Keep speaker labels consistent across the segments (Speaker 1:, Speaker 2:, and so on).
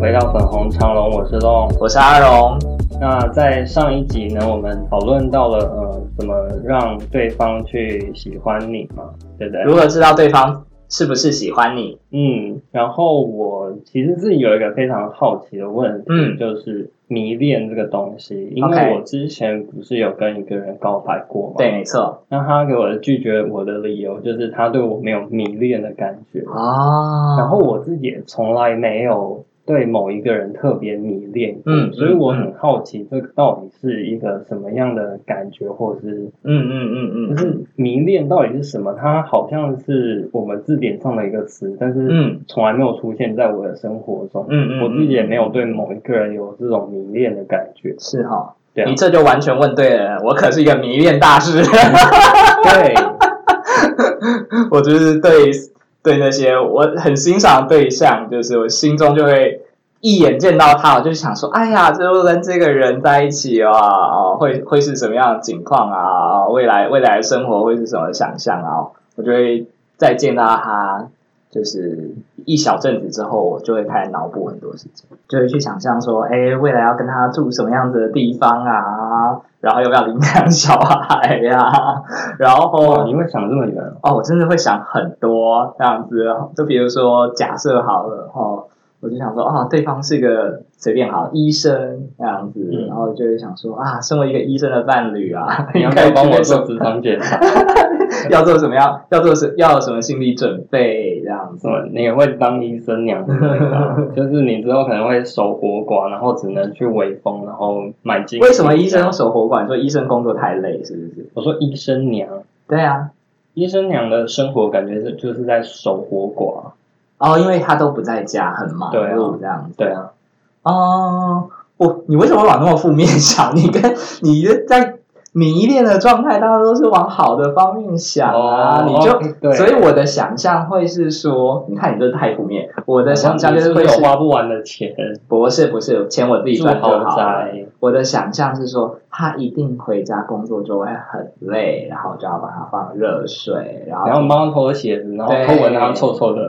Speaker 1: 回到粉红长龙，我是龙。
Speaker 2: 我是阿荣，
Speaker 1: 那在上一集呢，我们讨论到了呃，怎么让对方去喜欢你嘛，对不对？
Speaker 2: 如何知道对方是不是喜欢你？
Speaker 1: 嗯，然后我其实自己有一个非常好奇的问题，
Speaker 2: 嗯
Speaker 1: 就是迷恋这个东西，因为
Speaker 2: OK
Speaker 1: 我之前不是有跟一个人告白过嘛，
Speaker 2: 对，，没错。
Speaker 1: 那他给我的拒绝我的理由就是他对我没有迷恋的感觉，
Speaker 2: 哦
Speaker 1: 然后我自己也从来没有对某一个人特别迷恋过，
Speaker 2: 嗯
Speaker 1: 所以我
Speaker 2: 嗯
Speaker 1: 很好奇这个到底是一个什么样的感觉，或是
Speaker 2: 嗯嗯
Speaker 1: 就
Speaker 2: 嗯嗯
Speaker 1: 是迷恋到底是什么？它好像是我们字典上的一个词，但是
Speaker 2: 嗯
Speaker 1: 从来没有出现在我的生活中。
Speaker 2: 嗯嗯，
Speaker 1: 我自己也没有对某一个人有这种迷恋的感觉，
Speaker 2: 是哈、
Speaker 1: 对啊
Speaker 2: 你，这就完全问对了，我可是一个迷恋大师，
Speaker 1: 对，
Speaker 2: 我就是对对那些我很欣赏的对象，就是我心中就会一眼见到他，我就想说，哎呀，就跟这个人在一起啊，哦会会是什么样的情况啊？哦未来未来的生活会是什么想象啊？我就会再见到他，就是一小阵子之后，我就会开始脑补很多事情，就会去想象说，哎，未来要跟他住什么样子的地方啊？然后要不要领养小孩呀、然后
Speaker 1: 哇，你会想这么远 哦？
Speaker 2: 哦，我真的会想很多这样子，就比如说假设好了，哦，我就想说，哦，对方是个随便好医生这样子，
Speaker 1: 嗯
Speaker 2: 然后就会想说，啊，身为一个医生的伴侣啊，
Speaker 1: 你要不
Speaker 2: 该
Speaker 1: 要帮我
Speaker 2: 具备什
Speaker 1: 做
Speaker 2: 么
Speaker 1: 职场检查？
Speaker 2: 要做什么样，要做什要有什么心理准备这样子
Speaker 1: 什，么？你也会当医生娘之类的 啊，就是你之后可能会守活寡，然后只能去微风，然后买金。
Speaker 2: 为什么医生要？守活管？说医生工作太累，是不是？
Speaker 1: 我说医生娘，
Speaker 2: 对啊，
Speaker 1: 医生娘的生活感觉是就是在守活寡，
Speaker 2: 哦，因为他都不在家，很忙
Speaker 1: 对啊
Speaker 2: 碌这样子。
Speaker 1: 对啊，
Speaker 2: 哦，我你为什么往那么负面想？ 你跟你在迷恋的状态，当然都是往好的方面想啊。
Speaker 1: 哦
Speaker 2: 你就、
Speaker 1: OK，对
Speaker 2: 所以我的想象会是说，你看你这太负面。我的想象就是
Speaker 1: 你
Speaker 2: 会
Speaker 1: 有
Speaker 2: 是，
Speaker 1: 花不完的钱，
Speaker 2: 不是不是，钱我自己
Speaker 1: 住
Speaker 2: 赚就
Speaker 1: 豪
Speaker 2: 好了。
Speaker 1: 宅，
Speaker 2: 我的想象是说，他一定回家工作就会很累，然后就要帮他放热水，然后
Speaker 1: 然后帮他脱鞋子，然后
Speaker 2: 对
Speaker 1: 偷闻他臭臭的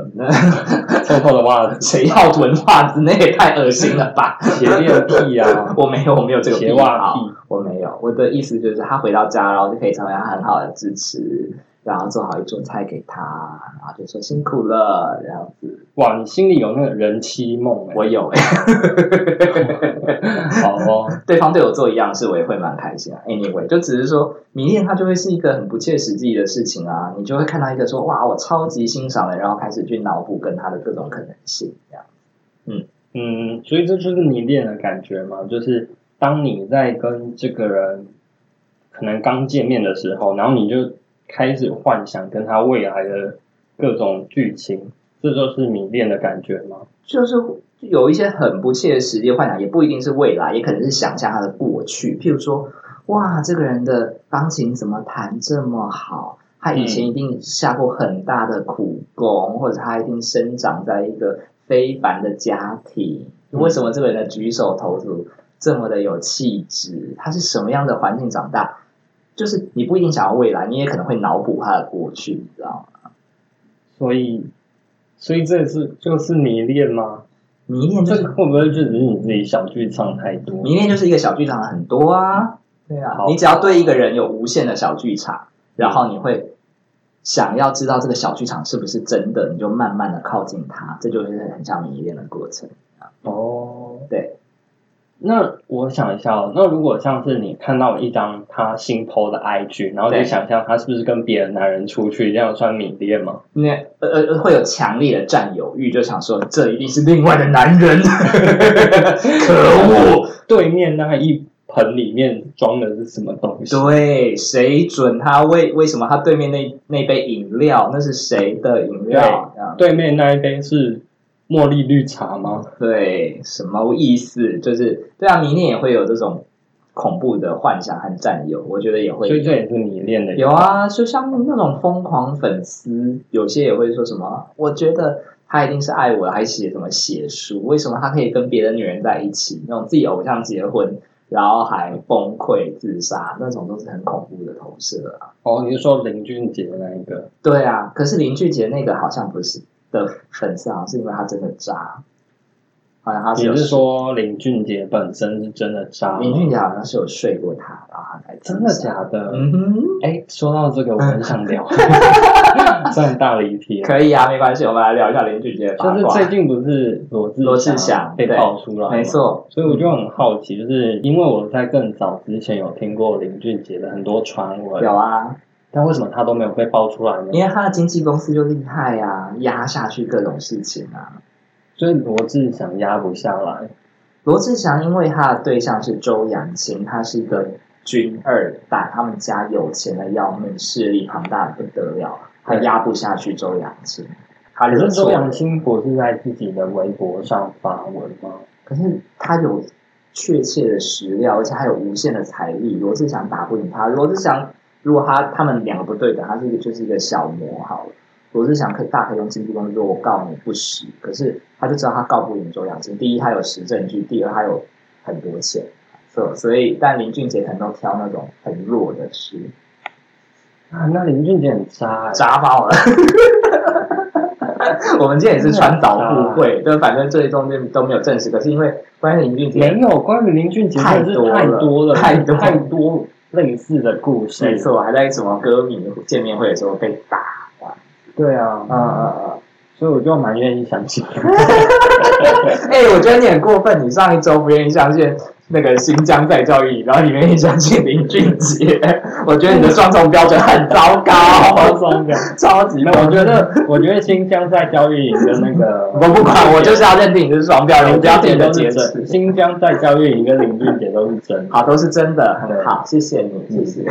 Speaker 1: 臭臭的袜子，
Speaker 2: 谁要闻袜子？那也太恶心了吧！，
Speaker 1: 鞋垫屁啊
Speaker 2: 我没有，我没有这个
Speaker 1: 鞋
Speaker 2: 癖
Speaker 1: 袜
Speaker 2: 好
Speaker 1: 屁。
Speaker 2: 我没有，我的意思就是他回到家，然后就可以成为他很好的支持，然后做好一桌菜给他，然后就说辛苦了这样子。
Speaker 1: 哇，你心里有那个人妻梦哎、
Speaker 2: 我有 哎、
Speaker 1: 好哦，
Speaker 2: 对方对我做一样的事，我也会蛮开心啊。Anyway，就只是说迷恋，它就会是一个很不切实际的事情啊。你就会看到一个说哇，我超级欣赏的，然后开始去脑补跟他的各种可能性这样。
Speaker 1: 嗯，所以这就是迷恋的感觉嘛，就是当你在跟这个人可能刚见面的时候，然后你就开始幻想跟他未来的各种剧情，这就是迷恋的感觉嘛。
Speaker 2: 就是有一些很不切实际的幻想，也不一定是未来，也可能是想象他的过去。譬如说，哇，这个人的钢琴怎么弹这么好？他以前一定下过很大的苦功，或者他一定生长在一个非凡的家庭。
Speaker 1: 嗯
Speaker 2: 为什么这个人的举手投足这么的有气质？他是什么样的环境长大？就是你不一定想要未来，你也可能会脑补他的过去，你知道吗？
Speaker 1: 所以，所以这是就是迷恋吗？
Speaker 2: 迷恋就
Speaker 1: 这
Speaker 2: 是
Speaker 1: 会不会就只是你自己小剧场太多？
Speaker 2: 迷恋就是一个小剧场很多啊，对啊
Speaker 1: 好，
Speaker 2: 你只要对一个人有无限的小剧场，然后你会想要知道这个小剧场是不是真的，你就慢慢的靠近他，这就是很像迷恋的过程。
Speaker 1: 哦，
Speaker 2: 对。
Speaker 1: 那我想一下哦，那如果像是你看到一张他新 PO 的 IG，然后你
Speaker 2: 对
Speaker 1: 想象他是不是跟别的男人出去，这样算迷恋吗？
Speaker 2: 那呃呃会有强烈的占有欲，就想说这一定是另外的男 人，可恶！
Speaker 1: 对面那一盆里面装的是什么东西？
Speaker 2: 对，谁准他为为什么他对面那那杯饮料那是谁的饮料？这样
Speaker 1: 对面那一杯是茉莉绿茶吗？
Speaker 2: 对，什么意思？就是对啊，迷恋也会有这种恐怖的幻想和占有，我觉得也会
Speaker 1: 所以这也是迷恋的。
Speaker 2: 有，啊。就像那种疯狂粉丝，有些也会说什么，我觉得他一定是爱我，还写什么写书？为什么他可以跟别的女人在一起？那种自己偶像结婚，然后还崩溃自杀，那种都是很恐怖的投射啊。
Speaker 1: 哦，你是说林俊杰那一个？
Speaker 2: 对啊，可是林俊杰那个好像不是的粉丝，好像是因为他真的渣。好像他啊是
Speaker 1: 你
Speaker 2: 有
Speaker 1: 是说林俊杰本身是真的
Speaker 2: 啊
Speaker 1: 渣？
Speaker 3: 林俊杰好像是有睡过他，然后他才
Speaker 1: 真的假的？
Speaker 2: 嗯哼，
Speaker 1: 哎、说到这个，我很想 聊，这很大离题。
Speaker 2: 可以啊，没关系，我们来聊一下林俊杰的八
Speaker 1: 就是
Speaker 2: 卦。
Speaker 1: 最 近不是罗志
Speaker 2: 罗志祥
Speaker 1: 被
Speaker 2: 对
Speaker 1: 爆出来吗，
Speaker 2: 没错，
Speaker 1: 所以我就很好奇，就是因为我在更早之前有听过林俊杰的很多传闻，
Speaker 2: 有啊，
Speaker 1: 但为什么他都没有被爆出来呢？
Speaker 2: 因
Speaker 1: 为
Speaker 2: 为他的经纪公司就厉害呀、啊，压下去各种事情啊。
Speaker 1: 就是罗志祥压不下来，
Speaker 2: 罗志祥因为他的对象是周扬青，他是一个军二代，他们家有钱的要命，势力庞大的不得了，他压不下去周扬青，他
Speaker 1: 可
Speaker 2: 惹
Speaker 1: 是周
Speaker 2: 错
Speaker 1: 扬
Speaker 2: 人。
Speaker 1: 青不是在自己的微博上发文吗？
Speaker 2: 可是他有确切的史料，而且他有无限的财力。罗志祥打不赢他，罗志祥如果他他们两个不对等，他是一个就是一个小魔好了。罗志祥可以大可以用经纪公司说我告你不实，可是他就知道他告不赢周扬青。第一，他有实证据；第二，他有很多钱。所所以，但林俊杰可能都挑那种很弱的吃，
Speaker 1: 啊，那林俊杰很渣、欸，
Speaker 2: 渣爆了。 我们今天也是穿凿附会，但反正最终就都没有证实。可是因为关于林俊杰，
Speaker 1: 没有关于林俊杰
Speaker 2: 太
Speaker 1: 真的
Speaker 2: 多
Speaker 1: 是太
Speaker 2: 了
Speaker 1: 多了，
Speaker 2: 太多
Speaker 1: 太多类似的故事，
Speaker 2: 没错，我还在什么歌迷见面会的时候被打。
Speaker 1: 对啊，
Speaker 2: 嗯嗯
Speaker 1: 所以我就蛮愿意相 信。
Speaker 2: 嗯。哎、我觉得你很过分，你上一周不愿意相信那个新疆再教育，然后你愿意相信林俊杰， 我觉得你的双重标准很糟
Speaker 1: 好
Speaker 2: 糕，
Speaker 1: 松的，
Speaker 2: 超级
Speaker 1: 没
Speaker 2: 过
Speaker 1: 有，
Speaker 2: 分。，
Speaker 1: 我觉得，我觉得新疆在教育营的那个
Speaker 2: 我不管，我就是要认定你是双标，你
Speaker 1: 林
Speaker 2: 不要
Speaker 1: 俊
Speaker 2: 自己
Speaker 1: 杰
Speaker 2: 的
Speaker 1: 都
Speaker 2: 坚
Speaker 1: 是
Speaker 2: 持
Speaker 1: 真，。新疆在教育营跟林俊杰都是真的。
Speaker 2: 好，都是真的，很
Speaker 1: 对
Speaker 2: 好，谢谢你，谢谢。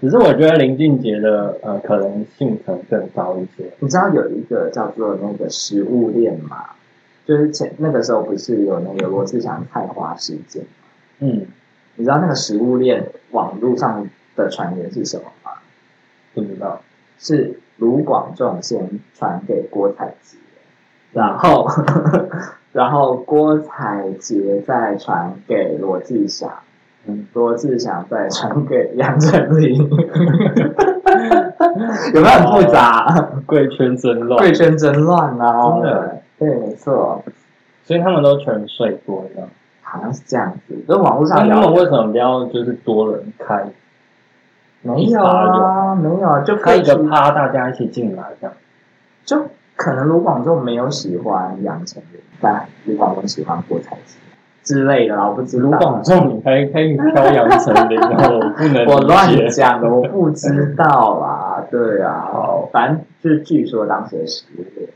Speaker 1: 只是我觉得林俊杰的呃可能性可能更高一些。
Speaker 2: 你知道有一个叫做那个食物链吗？就是前那个时候不是有那个罗志祥菜花事件？
Speaker 1: 嗯，
Speaker 2: 你知道那个食物链网络上的传言是什么吗？
Speaker 1: 不知道。
Speaker 2: 是卢广仲先传给郭采洁，然后 然后郭采洁再传给罗志祥
Speaker 1: 嗯，
Speaker 2: 罗志祥再传给杨丞琳， 有没有很复杂？
Speaker 1: 贵圈真乱，
Speaker 2: 贵圈真乱啊！
Speaker 1: 哦真的，
Speaker 2: 对，没错，
Speaker 1: 所以他们都全睡过这样。
Speaker 2: 好像是这样子。跟网络
Speaker 1: 那
Speaker 2: 上
Speaker 1: 他
Speaker 2: 聊
Speaker 1: 们为什么不要就是多人开
Speaker 2: 没有啊？没有啊，就可
Speaker 1: 开
Speaker 2: 以
Speaker 1: 一个趴，大家一起进来这样？
Speaker 2: 就可能卢广仲没有喜欢杨丞琳，但卢广仲喜欢郭采洁之类的啦，我不知道。
Speaker 1: 卢广仲，你还可以挑杨丞琳，然后我不能理解
Speaker 2: 我乱讲的，我不知道啦。对啊
Speaker 1: 好，
Speaker 2: 反正就是据说当时的实力。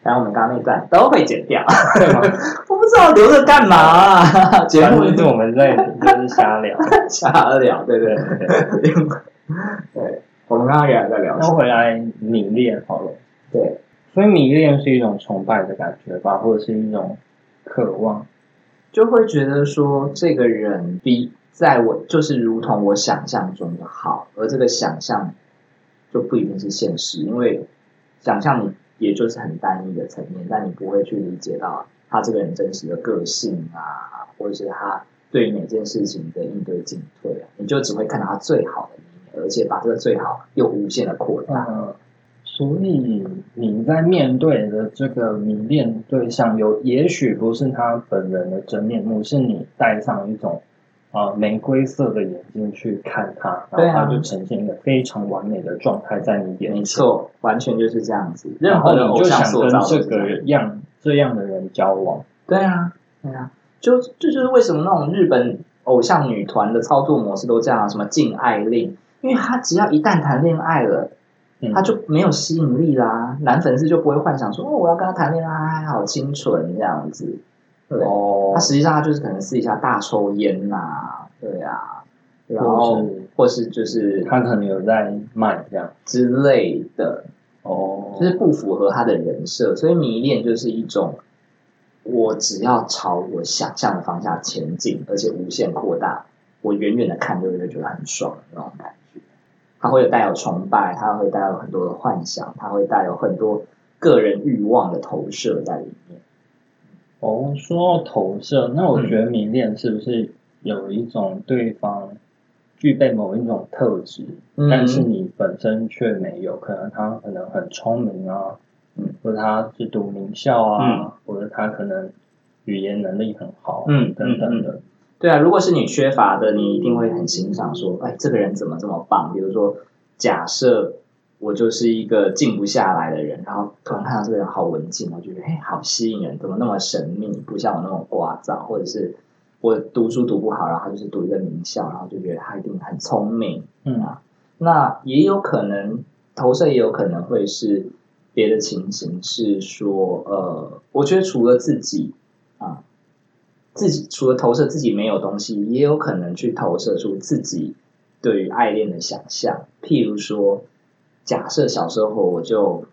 Speaker 2: 然后我们刚刚那段都会剪掉，
Speaker 1: 对吗？
Speaker 2: 我不知道留着干嘛、啊。节
Speaker 1: 反
Speaker 2: 目
Speaker 1: 正
Speaker 2: 一
Speaker 1: 就是
Speaker 2: 定
Speaker 1: 我们在就是瞎聊。
Speaker 2: 瞎聊，对对
Speaker 1: 对
Speaker 2: 对
Speaker 1: 对对。
Speaker 2: 对。我们刚刚原来在聊什
Speaker 1: 那
Speaker 2: 么？
Speaker 1: 回来迷恋好了，
Speaker 2: 对，
Speaker 1: 所以迷恋是一种崇拜的感觉吧，或者是一种渴望。
Speaker 2: 就会觉得说这个人比在我就是如同我想象中的好，而这个想象就不一定是现实，因为想象你也就是很单一的层面，但你不会去理解到他这个人真实的个性啊，或者是他对每件事情的应对进退啊，你就只会看到他最好的一面，而且把这个最好又无限的扩大。
Speaker 1: 嗯，所以你在面对的这个迷恋对象有，也许不是他本人的真面目，是你戴上一种呃玫瑰色的眼镜去看他，
Speaker 2: 对
Speaker 1: 然后
Speaker 2: 啊
Speaker 1: 他就呈现一个非常完美的状态在你眼
Speaker 2: 没
Speaker 1: 前，
Speaker 2: 错，完全就是这样子。任
Speaker 1: 然
Speaker 2: 何
Speaker 1: 后
Speaker 2: 的
Speaker 1: 你
Speaker 2: 偶
Speaker 1: 就
Speaker 2: 像
Speaker 1: 想
Speaker 2: 塑
Speaker 1: 跟
Speaker 2: 造
Speaker 1: 这
Speaker 2: 都是这样
Speaker 1: 个样这样的人交往。
Speaker 2: 对啊，对啊，就这就是为什么那种日本偶像女团的操作模式都这样啊，什么禁爱令，因为她只要一旦谈恋爱了，
Speaker 1: 嗯
Speaker 2: 她就没有吸引力啦，男粉丝就不会幻想说哦，我要跟她谈恋爱，好清纯这样子。对，
Speaker 1: 哦
Speaker 2: 她实际上她就是可能私底下大抽烟呐、对啊，然
Speaker 1: 或
Speaker 2: 后
Speaker 1: 是
Speaker 2: 或是就是
Speaker 1: 他可能有在卖这样。
Speaker 2: 之类的，
Speaker 1: 哦
Speaker 2: 就是不符合他的人设，所以迷恋就是一种我只要朝我想象的方向前进，而且无限扩大，我远远的看就会觉得很爽的那种感觉。它会有带有崇拜，它会带有很多的幻想，它会带有很多个人欲望的投射在里面。
Speaker 1: 哦，说到投射，那我觉得迷恋是不是有一种对方具备某一种特质，
Speaker 2: 嗯
Speaker 1: 但是你本身却没有？可能他可能很聪明啊，
Speaker 2: 嗯
Speaker 1: 或者他是读名校啊，或者他可能语言能力很好，啊
Speaker 4: 嗯
Speaker 1: 等等
Speaker 4: 嗯
Speaker 1: 的，
Speaker 2: 对啊，如果是你缺乏的，你一定会很欣赏，说，哎，这个人怎么这么棒？比如说，假设我就是一个静不下来的人，然后突然看到这个人好文静，我就觉得，哎，好吸引人，怎么那么神秘？不像我那么聒噪，或者是我读书读不好，然后就是读一个名校，然后就觉得他一定很聪明，
Speaker 1: 嗯
Speaker 2: 啊，那也有可能投射，也有可能会是别的情形，是说，呃，我觉得除了自己啊，自己除了投射自己没有东西，也有可能去投射出自己对于爱恋的想象。譬如说，假设小时候我就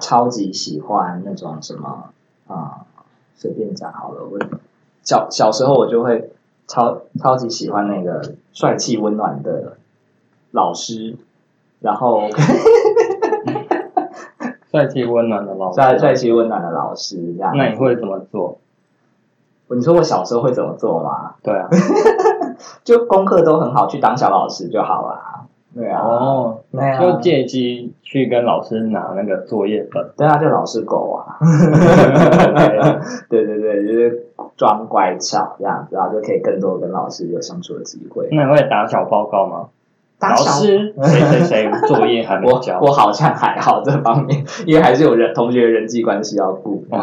Speaker 2: 超级喜欢那种什么啊，随便讲好了，我小小时候我就会超超级喜欢那个帅气温暖的老师，然后
Speaker 1: 嗯帅气温暖的老师。
Speaker 2: 帅帅气温暖的老师这样。
Speaker 1: 那你会怎么做？
Speaker 2: 你说我小时候会怎么做吗？
Speaker 1: 对啊，
Speaker 2: 就功课都很好，去当小老师就好啦。对啊，
Speaker 1: 哦，
Speaker 2: 对啊，
Speaker 1: 就借机去跟老师拿那个作业 本。
Speaker 2: 对啊，就老师狗啊。 对对对，就是装乖巧这样子，然后就可以更多跟老师有相处的机会。
Speaker 1: 那你会打小报告吗？嗯
Speaker 2: 当
Speaker 1: 老
Speaker 2: 小
Speaker 1: 师谁谁谁作业还没
Speaker 2: 我
Speaker 1: 交，
Speaker 2: 我好像还好这方面， 因为还是有人同学人际关系要顾。
Speaker 1: 哦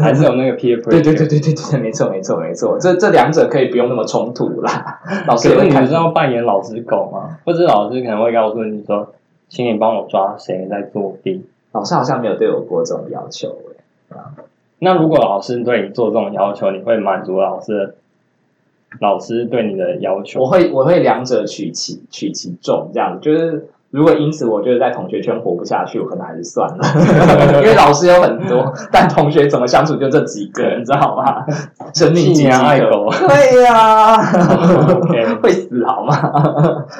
Speaker 1: 还是有那个 peer pressure。
Speaker 2: 对对对对对对，没错没错没错，这这两者可以不用那么冲突啦。 老师
Speaker 1: 可是
Speaker 2: 也会
Speaker 1: 你
Speaker 2: 看
Speaker 1: 不是要扮演老师狗吗？或者老师可能会告诉你说，请你帮我抓谁在作弊。
Speaker 2: 老师好像没有对我过这种要求欸
Speaker 1: 那如果老师对你做这种要求，你会满足老师的老师对你的要
Speaker 2: 我
Speaker 1: 求？
Speaker 2: 会我会两者取其取其重，这样就是如果因此我觉得在同学圈活不下去，我可能还是算了， 因为老师有很多，但同学怎么相处就这几个，你知道吗？生命
Speaker 1: 信
Speaker 2: 几
Speaker 1: 啊仰爱
Speaker 2: 可
Speaker 1: 狗。
Speaker 2: 对呀、
Speaker 1: OK
Speaker 2: 会死好吗？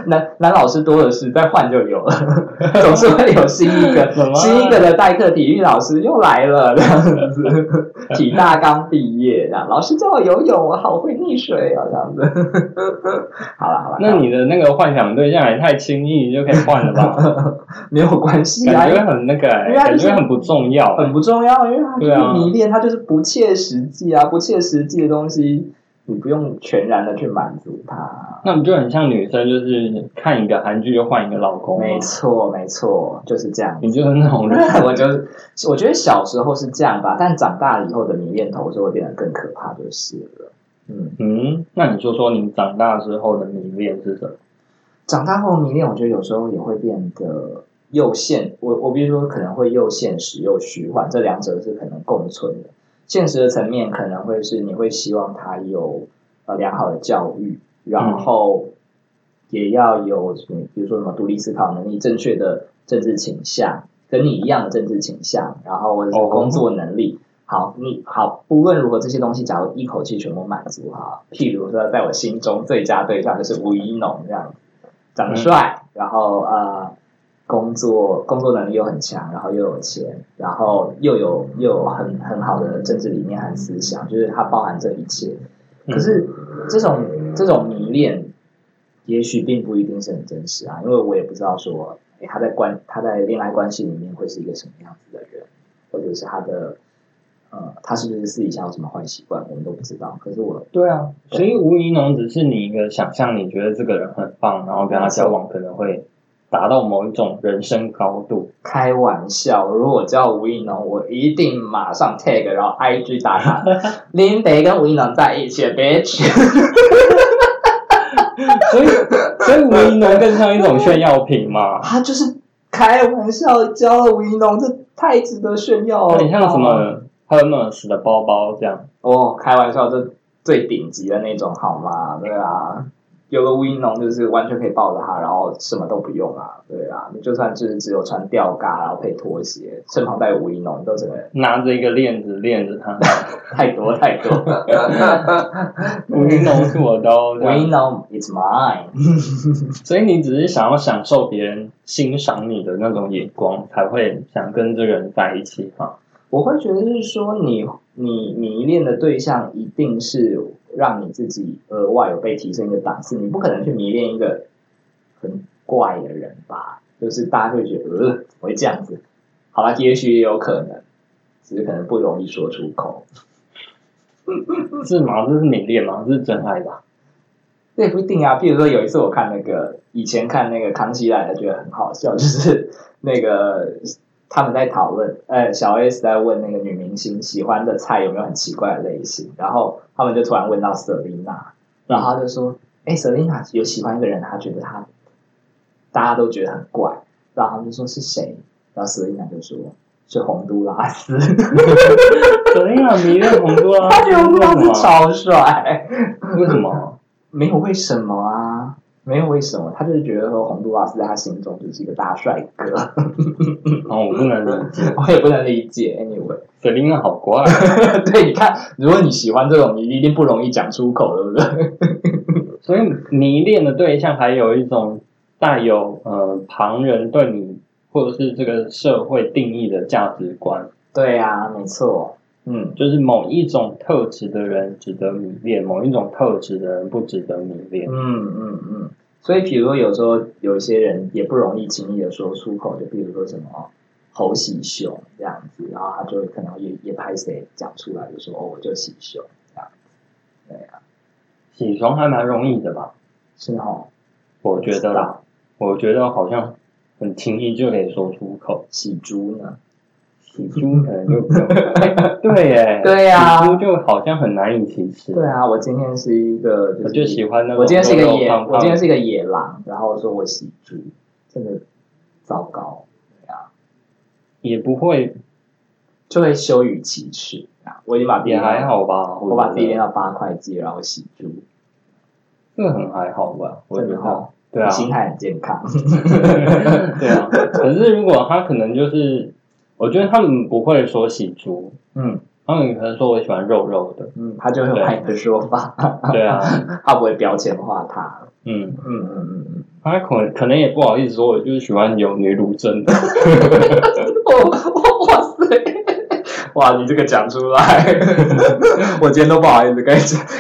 Speaker 2: 男男老师多的是，再换就有了， 总是会有新一个
Speaker 1: 怎么了
Speaker 2: 新一个的代课体育老师又来了，这样子，体大刚毕业，这样老师教我游泳，我好会溺水啊，这样子。 好了好了，
Speaker 1: 那你的那个幻想对象也太轻易就可以换了吧？
Speaker 2: 没有关系啊，
Speaker 1: 感
Speaker 2: 因
Speaker 1: 觉
Speaker 2: 为
Speaker 1: 很那个、欸，
Speaker 2: 对啊
Speaker 1: 感
Speaker 2: 就是
Speaker 1: 觉很不重要、哎
Speaker 2: 很不重要，因为他就
Speaker 1: 对啊
Speaker 2: 是迷恋，他就是不切实际啊，不切实际的东西，你不用全然的去满足他。
Speaker 1: 那你就很像女生，就是看一个韩剧就换一个老公啊，
Speaker 2: 没错，没错，就是这样子。
Speaker 1: 你就是那 种人。
Speaker 2: 我就是，我觉得小时候是这样吧，但长大以后的迷恋投射会变得更可怕，就是了。嗯，
Speaker 1: 嗯，那你说说你长大之后的迷恋是什么？
Speaker 2: 长大后迷恋，我觉得有时候也会变得又现，我我比如说可能会又现实又虚幻，这两者是可能共存的。现实的层面可能会是你会希望他有呃良好的教育，然后也要有什么，比如说什么独立思考能力、正确的政治倾向，跟你一样的政治倾向，然后或者是
Speaker 1: 哦
Speaker 2: 工作能力。好，你好，不论如何，这些东西假如一口气全部满足哈，譬如说，在我心中最佳对象就是吴一农这样子，长得
Speaker 1: 嗯
Speaker 2: 帅，然后呃，工作工作能力又很强，然后又有钱，然后又有又有很很好的政治理念和思想，就是它包含这一切。
Speaker 1: 嗯
Speaker 2: 可是这种这种迷恋，也许并不一定是很真实啊，因为我也不知道说，诶他在关他在恋爱关系里面会是一个什么样子的人，或者是他的呃，他是不是私底下有什么坏习惯，我们都不知道。可是我
Speaker 1: 对啊，所以吴怡农只是你一个想象，你觉得这个人很棒，然后跟他交往可能会达到某一种人生高 度。
Speaker 2: 开玩笑，如果叫吴亦农，我一定马上 tag，然后 IG 打卡， 林北跟吴亦农在一起，bitch。
Speaker 1: 所以，所以吴怡农更像一种炫耀品嘛，
Speaker 2: 他就是开玩笑教了吴亦农，这太值得炫耀了。
Speaker 1: 很像什么 Hermes 的包包这样。
Speaker 2: 哦，开玩笑，这最顶级的那种，好吗？对啊，有个 Win 农就是完全可以抱着它，然后什么都不用啊，对啊，你就算就是只有穿吊嘎，然后配拖鞋，身旁带有 Win 农，都整个人
Speaker 1: 拿着一个链子链着 他，
Speaker 2: 太多太多。
Speaker 1: 吴怡农是我的哦，这样
Speaker 2: Win 农，it's mine。
Speaker 1: 所以你只是想要享受别人欣赏你的那种眼光，才会想跟这个人在一起嘛。
Speaker 2: 我会觉得是说你，你迷恋的对象一定是让你自己额外有被提升一个档次，你不可能去迷恋一个很怪的人吧？就是大家会觉得呃怎么会这样子，好吧，也许也有可能，只是可能不容易说出口。
Speaker 1: 是吗？这是你练吗？这是真爱吧？
Speaker 2: 这也不一定啊。比如说有一次我看那个以前看那个《康熙来了》，觉得很好笑，就是那个他们在讨论，呃，小 S 在问那个女明星喜欢的菜有没有很奇怪的类型，然后他们就突然问到 Selina，然后他就说：“哎、s e l i n a 有喜欢一个人，他觉得他大家都觉得很怪。”然后他们就说是谁？然后 Selina 就说是洪都拉斯，
Speaker 1: 怎样啊迷恋洪都拉斯？
Speaker 2: 他觉得洪都拉斯超帅。
Speaker 1: 为什么？
Speaker 2: 没有为什么啊，没有为什么，他就是觉得说洪都拉斯在他心中就是一个大帅 哥，
Speaker 1: 哦，我不能理解。
Speaker 2: 我也不能理解。Anyway，
Speaker 1: Selina 好啊怪，
Speaker 2: 对，你看，如果你喜欢这种，你一定不容易讲出口，对不对？
Speaker 1: 所以迷恋的对象还有一种带有呃旁人对你或者是这个社会定义的价值观，
Speaker 2: 对啊，没错，嗯，
Speaker 1: 就是某一种特质的人值得迷恋，某一种特质的人不值得迷恋。
Speaker 2: 嗯嗯嗯，所以比如说有时候有一些人也不容易轻易的说出口，就比如说什么猴喜熊这样子，然后他就可能也也拍谁讲出来，就说哦我就喜熊这样，对啊，
Speaker 1: 喜熊还蛮容易的吧？
Speaker 2: 是哦，
Speaker 1: 我觉得啦，我觉得好像很轻易就可以说出 口。
Speaker 2: 喜猪呢？
Speaker 1: 喜猪可能就不用，哎对耶，
Speaker 2: 对啊
Speaker 1: 喜猪就好像很难以启齿。
Speaker 2: 对啊，我今天是一个、就是，
Speaker 1: 我就喜欢那种
Speaker 2: 我今天是一个
Speaker 1: 肉肉
Speaker 2: 野，
Speaker 1: 胖胖
Speaker 2: 我今天是一个野狼，然后说我喜猪，真的糟糕，对啊，
Speaker 1: 也不会，
Speaker 2: 就会羞于启齿啊。我已经把自己
Speaker 1: 也还，好吧。
Speaker 2: 我把自己
Speaker 1: 觉
Speaker 2: 练
Speaker 1: 得
Speaker 2: 到八块肌，然后喜猪，
Speaker 1: 这个很还好吧？我觉
Speaker 2: 真
Speaker 1: 得
Speaker 2: 的好，
Speaker 1: 对啊，
Speaker 2: 心态很健康，
Speaker 1: 对啊。可是如果他可能就是，我觉得他们不会说喜猪，
Speaker 2: 嗯
Speaker 1: 他们可能说我喜欢肉肉的。
Speaker 2: 嗯，他就会有
Speaker 1: 对
Speaker 2: 他的说法，
Speaker 1: 对啊，
Speaker 2: 他不会标签化他，
Speaker 1: 嗯，
Speaker 2: 嗯嗯嗯嗯。
Speaker 1: 他可可能也不好意思说，我就是喜欢有女乳症的。
Speaker 2: 我我哇塞！ 哇，你这个讲出来， 我今天都不好意思该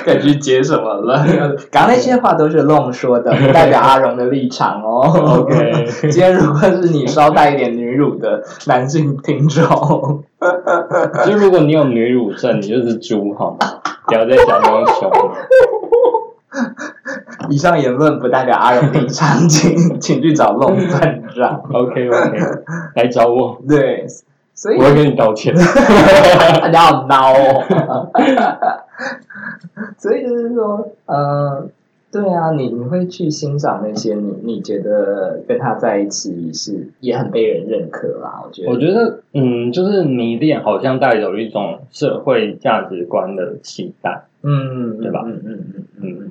Speaker 2: 该去接什么了。刚刚那些话都是弄说 的，不代表阿荣的立场哦。
Speaker 1: OK，
Speaker 2: 今天如果是你稍带一点女乳的男性听众，
Speaker 1: 就如果你有女乳症，你就是猪好吗？不要再讲那种熊了。
Speaker 2: 以上言论不代表阿荣立场，请请去找弄站长。
Speaker 1: OK OK，来找我，
Speaker 2: 对，所以
Speaker 1: 我会跟你道歉。
Speaker 2: 你好孬哦。 所以就是说，呃，对啊，你你会去欣赏那些你你觉得跟他在一起是也很被人认可啦，我觉得。
Speaker 1: 我觉得，嗯，就是迷恋好像带有一种社会价值观的期待，
Speaker 2: 嗯，
Speaker 1: 对吧
Speaker 2: 嗯嗯嗯嗯
Speaker 1: 嗯，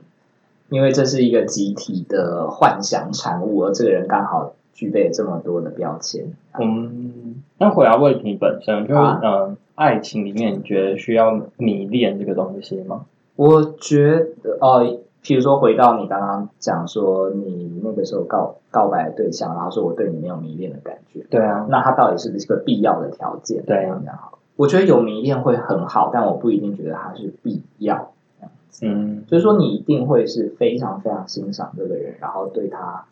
Speaker 2: 因为这是一个集体的幻想产物，而这个人刚好具备了这么多的标签。
Speaker 1: 嗯。那回答问题本身，就是
Speaker 2: 啊
Speaker 1: 嗯、呃爱情里面你觉得需要迷恋这个东西吗？
Speaker 2: 我觉得哦，譬如说回到你刚刚讲说你那个时候告告白的对象，然后说我对你没有迷恋的感觉，
Speaker 1: 对啊，
Speaker 2: 那它到底是不是一个必要的条件？
Speaker 1: 对
Speaker 2: 这样讲好。我觉得有迷恋会很好，但我不一定觉得它是必要。
Speaker 1: 嗯，
Speaker 2: 就是说，你一定会是非常非常欣赏这个人，然后对他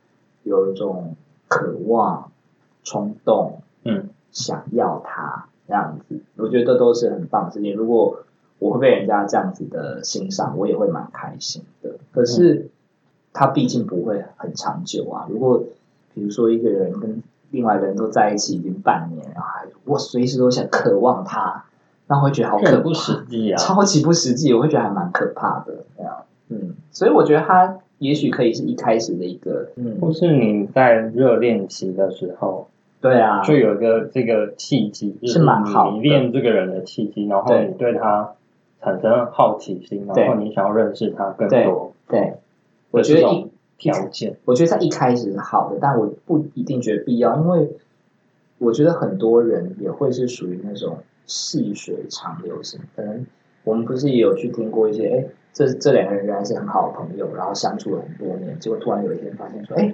Speaker 2: 有一种渴望、冲动，
Speaker 1: 嗯，
Speaker 2: 想要他这样子。我觉得都是很棒的事情。如果我会被人家这样子的欣赏，我也会蛮开心的。可是，
Speaker 1: 嗯
Speaker 2: 他毕竟不会很长久啊。如果比如说一个人跟另外一个人都在一起已经半年，然后还我随时都想渴望他，那我会觉得好
Speaker 1: 这
Speaker 2: 可
Speaker 1: 很不实际啊。
Speaker 2: 超级不实际，我会觉得还蛮可怕的。对啊，嗯，所以我觉得他也许可以是一开始的一个，
Speaker 1: 或
Speaker 2: 嗯，
Speaker 1: 是你在热恋期的时候，
Speaker 2: 对啊，
Speaker 1: 就有一个这个契机，就是
Speaker 2: 是蛮好的
Speaker 1: 你迷恋这个人的契机，然后
Speaker 2: 对
Speaker 1: 你对他产生好奇心，
Speaker 2: 对
Speaker 1: 然后你想要认识他更多，
Speaker 2: 对，我
Speaker 1: 的
Speaker 2: 觉
Speaker 1: 这
Speaker 2: 得
Speaker 1: 种
Speaker 2: 一，
Speaker 1: 条件，
Speaker 2: 我觉得在一开始是好的，但我不一定觉得必要，因为我觉得很多人也会是属于那种细水长流型，可能我们不是也有去听过一些，哎，这这两个人原来是很好的朋友，然后相处了很多年，结果突然有一天发现说，哎，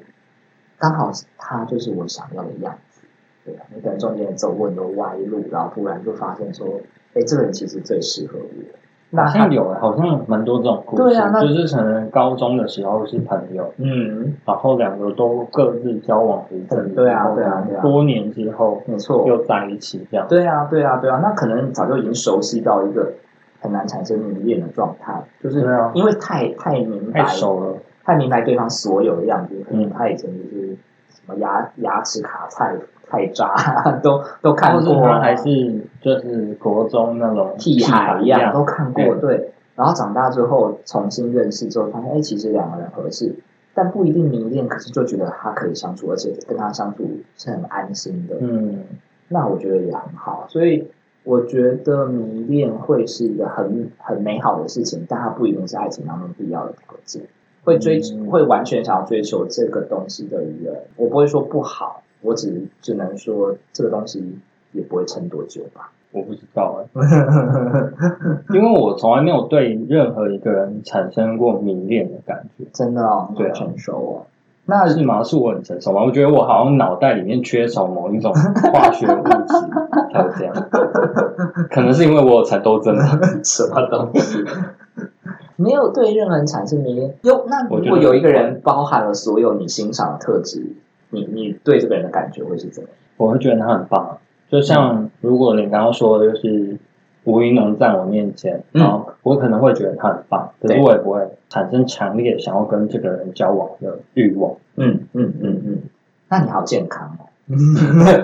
Speaker 2: 刚好他就是我想要的样子。对啊，你可能中间走过很多歪路，然后突然就发现说，哎，这个人其实最适合我。那
Speaker 1: 好
Speaker 2: 他
Speaker 1: 像有，好像蛮多这种故事，
Speaker 2: 对啊那
Speaker 1: 就是可能高中的时候是朋友，
Speaker 2: 嗯，
Speaker 1: 然后两个都各自交往一阵子，
Speaker 2: 对啊
Speaker 1: 然后
Speaker 2: 对啊对啊
Speaker 1: 多年之后
Speaker 2: 没错，
Speaker 1: 又在一起这样，
Speaker 2: 对啊，对啊，对啊，那可能早就已经熟悉到一个，哎、很难产生迷恋的状态，就是
Speaker 1: 对啊
Speaker 2: 因为太太明白
Speaker 1: 太熟了，
Speaker 2: 太明白对方所有的样子，可能
Speaker 1: 嗯
Speaker 2: 他以前就是什么牙牙齿卡菜、菜渣都都看
Speaker 1: 或是
Speaker 2: 过啊，
Speaker 1: 他还是就是国中那种
Speaker 2: 屁孩一
Speaker 1: 一
Speaker 2: 样都看过，
Speaker 1: 对
Speaker 2: 对。然后长大之后重新认识之后，发现哎，其实两个人合适，但不一定迷恋，可是就觉得他可以相处，而且跟他相处是很安心的。
Speaker 1: 嗯，
Speaker 2: 那我觉得也很好。所以我觉得迷恋会是一个很很美好的事情，但它不一定是爱情当中必要的条件。会追、
Speaker 1: 嗯
Speaker 2: 会完全想要追求这个东西的人，我不会说不好，我只只能说这个东西也不会撑多久吧。
Speaker 1: 我不知道哎、 因为我从来没有对任何一个人产生过迷恋的感觉，
Speaker 2: 真的哦，
Speaker 1: 对
Speaker 2: 很
Speaker 1: 啊
Speaker 2: 成熟 哦。那
Speaker 1: 是吗？是我很成熟吗？我觉得我好像脑袋里面缺少某一种化学物质才会这样，可能是因为我有蚕豆症吧，
Speaker 2: 什么 东西？没有对任何人产生迷恋。有那如
Speaker 1: 我觉
Speaker 2: 果
Speaker 1: 得
Speaker 2: 有一个人包含了所有你欣赏的特质，你你对这个人的感觉会是怎么样？
Speaker 1: 我会觉得他很棒。就像如果你刚刚说的，就是吴云龙在我面前，
Speaker 2: 嗯
Speaker 1: 然后我可能会觉得他很棒，可是
Speaker 2: 对
Speaker 1: 我也不会产生强烈想要跟这个人交往的欲 望。
Speaker 2: 嗯嗯嗯嗯，那你好健康哦。，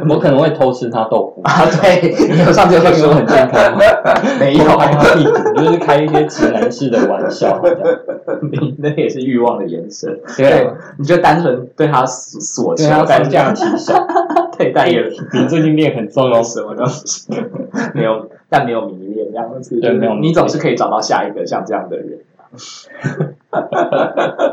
Speaker 1: 我可能会偷吃他豆腐
Speaker 2: 啊，对，你有上次
Speaker 1: 这
Speaker 2: 有
Speaker 1: 个
Speaker 2: 说
Speaker 1: 很健康吗？
Speaker 2: 没
Speaker 1: 偷
Speaker 2: 有，啊
Speaker 1: 拍他屁股，啊就是开一些直男式的玩笑 这样。
Speaker 2: 啊你那也是欲望的延伸。
Speaker 1: 对啊，，
Speaker 2: 你就单纯对他所所求
Speaker 1: 对他
Speaker 2: 但
Speaker 1: 三
Speaker 2: 是
Speaker 1: 下其手。
Speaker 2: 对，但也
Speaker 1: 哎你最近练很重哦
Speaker 2: 有。什么东西 没有，但没有迷恋这样子，
Speaker 1: 对
Speaker 2: 就是
Speaker 1: 没有迷
Speaker 2: 你
Speaker 1: 恋
Speaker 2: 总是可以找到下一个像这样的人。啊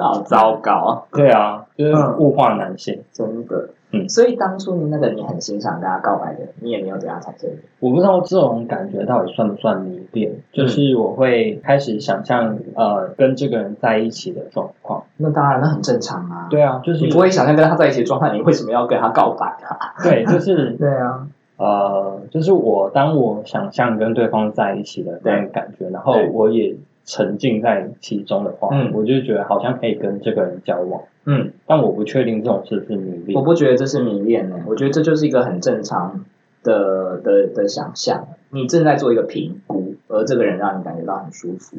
Speaker 2: 好糟糕，
Speaker 1: 对啊，就是物化男性。
Speaker 2: 真的。
Speaker 1: 嗯
Speaker 2: 所以当初那个你很欣赏跟他告白的人，你也没有对他产生
Speaker 1: 我不知道这种感觉到底算不算迷恋，就是我会开始想象呃跟这个人在一起的状况。
Speaker 2: 那当然，那很正常啊。，
Speaker 1: 对啊，就是
Speaker 2: 你不会想象跟他在一起的状态，你为什么要跟他告白啊？
Speaker 1: 对，就是
Speaker 2: 对啊，
Speaker 1: 呃，就是我当我想象跟对方在一起的那种感觉，然后
Speaker 2: 对
Speaker 1: 我也沉浸在其中的话，
Speaker 2: 嗯
Speaker 1: 我就觉得好像可以跟这个人交往，
Speaker 2: 嗯，
Speaker 1: 但我不确定这种是不是迷
Speaker 2: 我
Speaker 1: 恋。
Speaker 2: 不觉得这是迷恋呢、欸我觉得这就是一个很正常的的的想象。你正在做一个评估，而这个人让你感觉到很舒服。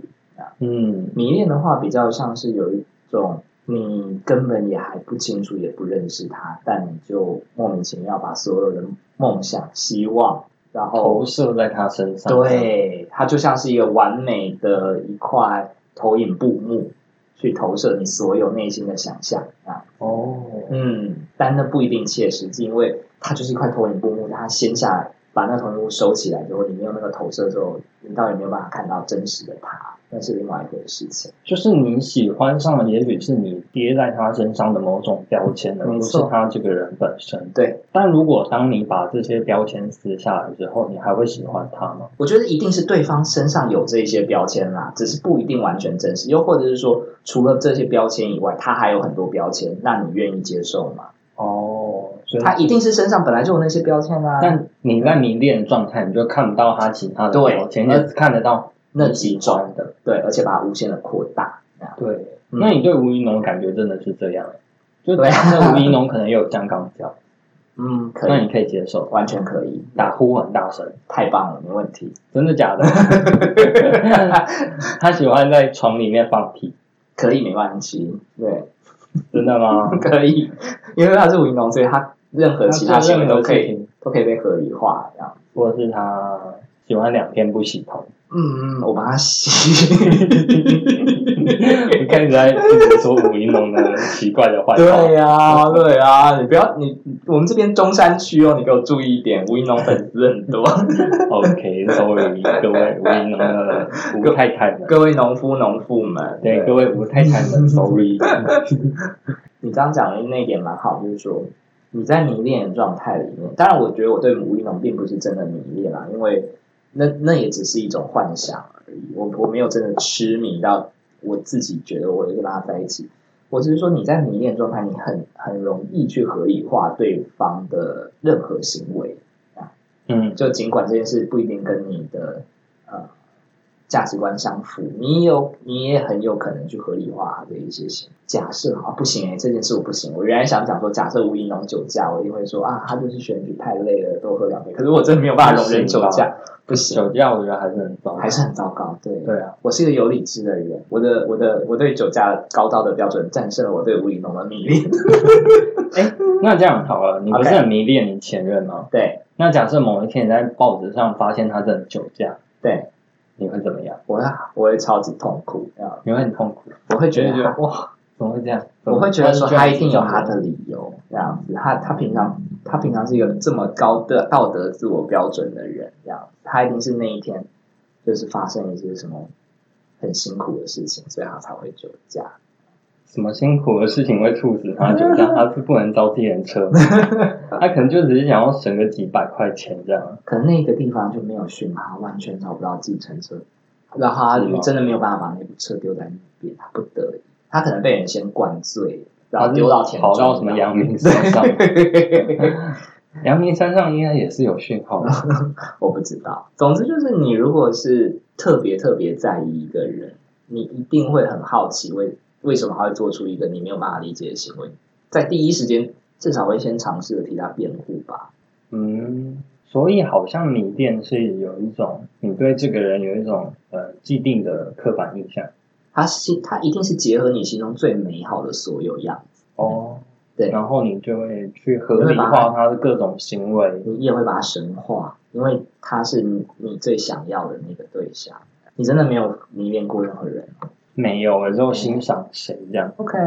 Speaker 1: 嗯，
Speaker 2: 迷恋的话，比较像是有一种你根本也还不清楚，也不认识他，但你就莫名其妙把所有的梦想、希望，然后
Speaker 1: 投射在他身上。
Speaker 2: 对它就像是一个完美的一块投影布幕，去投射你所有内心的想象啊。
Speaker 1: 哦，
Speaker 2: 嗯，但那不一定切实际，因为它就是一块投影布幕，它掀下来，把那个投影幕收起来之后，你没有那个投射之后，你到底有没有办法看到真实的它，那是另外一回事情。
Speaker 1: 就是你喜欢上的，也许是你贴在他身上的某种标签，而
Speaker 2: 没
Speaker 1: 不是
Speaker 2: 错
Speaker 1: 他这个人本身。
Speaker 2: 对，
Speaker 1: 但如果当你把这些标签撕下来之后，你还会喜欢他吗？
Speaker 2: 我觉得一定是对方身上有这些标签啦，只是不一定完全真实，又或者是说，除了这些标签以外，他还有很多标签，那你愿意接受吗？
Speaker 1: 哦，所以
Speaker 2: 他一定是身上本来就有那些标签啊啦、
Speaker 1: 但你在迷恋的状态，你就看不到他其他的
Speaker 2: 对
Speaker 1: 标签，你只看得到
Speaker 2: 那
Speaker 1: 你
Speaker 2: 几
Speaker 1: 喜
Speaker 2: 种
Speaker 1: 欢的。
Speaker 2: 对，而且把它无限的扩大，这样
Speaker 1: 对，那你对吴一农的感觉真的是这样？就
Speaker 2: 嗯对
Speaker 1: 假设吴一农可能也有降钢胶，
Speaker 2: 嗯， 可
Speaker 1: 那你
Speaker 2: 以，
Speaker 1: 可以接受
Speaker 2: 完全可以，
Speaker 1: 打呼很大声，
Speaker 2: 太棒了，没问题。
Speaker 1: 真的 假的？他喜欢在床里面放屁，
Speaker 2: 可以，没问题，对，
Speaker 1: 真的吗？
Speaker 2: 可以，因为他是云农，所以他任何其他
Speaker 1: 做
Speaker 2: 行为
Speaker 1: 任何
Speaker 2: 都可
Speaker 1: 事
Speaker 2: 以
Speaker 1: 情，
Speaker 2: 都可以被合理化，这样。
Speaker 1: 或者是他喜欢两天不洗头。
Speaker 2: 嗯，我把它 洗。
Speaker 1: 我开始在一直说吴一农的奇怪的坏话。
Speaker 2: 对呀、啊 对呀、你不要你我们这边中山区哦，你给我注意一点，吴一农粉丝很多，
Speaker 1: OK，sorry，各位吴一农的吴太太们，
Speaker 2: 各位农夫农妇们，
Speaker 1: 对各位吴太太 们，sorry。嗯
Speaker 2: 你刚刚讲的那一点蛮好，就是说你在迷恋的状态里面，当然我觉得我对吴一农并不是真的迷恋啦，因为那那也只是一种幻想而已，我我没有真的痴迷到我自己觉得我会跟他在一起，我只是说你在迷恋状态，你很很容易去合理化对方的任何行为。
Speaker 1: 嗯，
Speaker 2: 就尽管这件事不一定跟你的呃价值观相符，你有你也很有可能去合理化的一些行假设啊，不行哎、这件事我不行。我原来想讲说，假设吴怡农酒驾，我一定会说啊，他就是选举太累了，多喝两杯。可是我真的没有办法容忍酒驾，不行，
Speaker 1: 酒驾我觉得还是很糟，
Speaker 2: 还是很糟糕。对，
Speaker 1: 对啊，
Speaker 2: 我是一个有理智的人，我的我的我对酒驾高道德标准战胜了我对吴怡农的迷恋。
Speaker 1: 那这样好了，你不是
Speaker 2: 哎 OK
Speaker 1: 很迷恋你前任吗
Speaker 2: 对
Speaker 1: 那假设某一天你在报纸上发现他真的酒驾，
Speaker 2: 对，
Speaker 1: 你会怎么样？
Speaker 2: 我我会超级痛苦，这样
Speaker 1: 你会很痛苦，
Speaker 2: 我会觉
Speaker 1: 你
Speaker 2: 得
Speaker 1: 会觉
Speaker 2: 他
Speaker 1: 得哇，怎么会这样？怎么
Speaker 2: 我会觉得说
Speaker 1: 居然
Speaker 2: 他一定有
Speaker 1: 这
Speaker 2: 他
Speaker 1: 样
Speaker 2: 的理由，这样子，他他平常他平常是一个这么高的道德自我标准的人，这样，他一定是那一天就是发生一些什么很辛苦的事情，所以他才会酒驾。
Speaker 1: 什么辛苦的事情会促使他酒驾？他是不能招自行 车，他可能就只是想要省个几百块钱这样。
Speaker 2: 可能那个地方就没有讯号，完全找不到计程车，然后
Speaker 1: 是吗
Speaker 2: 他真的没有办法把那部车丢在那边，他不得已，他可能被人先灌醉，然后
Speaker 1: 他是
Speaker 2: 丢到田
Speaker 1: 哦跑
Speaker 2: 中，
Speaker 1: 到什么阳明山上？ 阳明山上应该也是有讯号的。
Speaker 2: 我不知道。总之就是，你如果是特别特别在意一个人，你一定会很好奇为为什么他会做出一个你没有办法理解的行为，在第一时间至少会先尝试的替他辩护吧。
Speaker 1: 嗯，所以好像迷恋是有一种你对这个人有一种呃既定的刻板印象。
Speaker 2: 他心他一定是结合你心中最美好的所有样子，
Speaker 1: 哦，
Speaker 2: 对
Speaker 1: 然后你就会去合理化他的各种行为。
Speaker 2: 你也会把他神化，因为他是你你最想要的那个对象。你真的没有迷恋过任何人
Speaker 1: 没有，有时候欣赏谁这样。
Speaker 2: ？OK，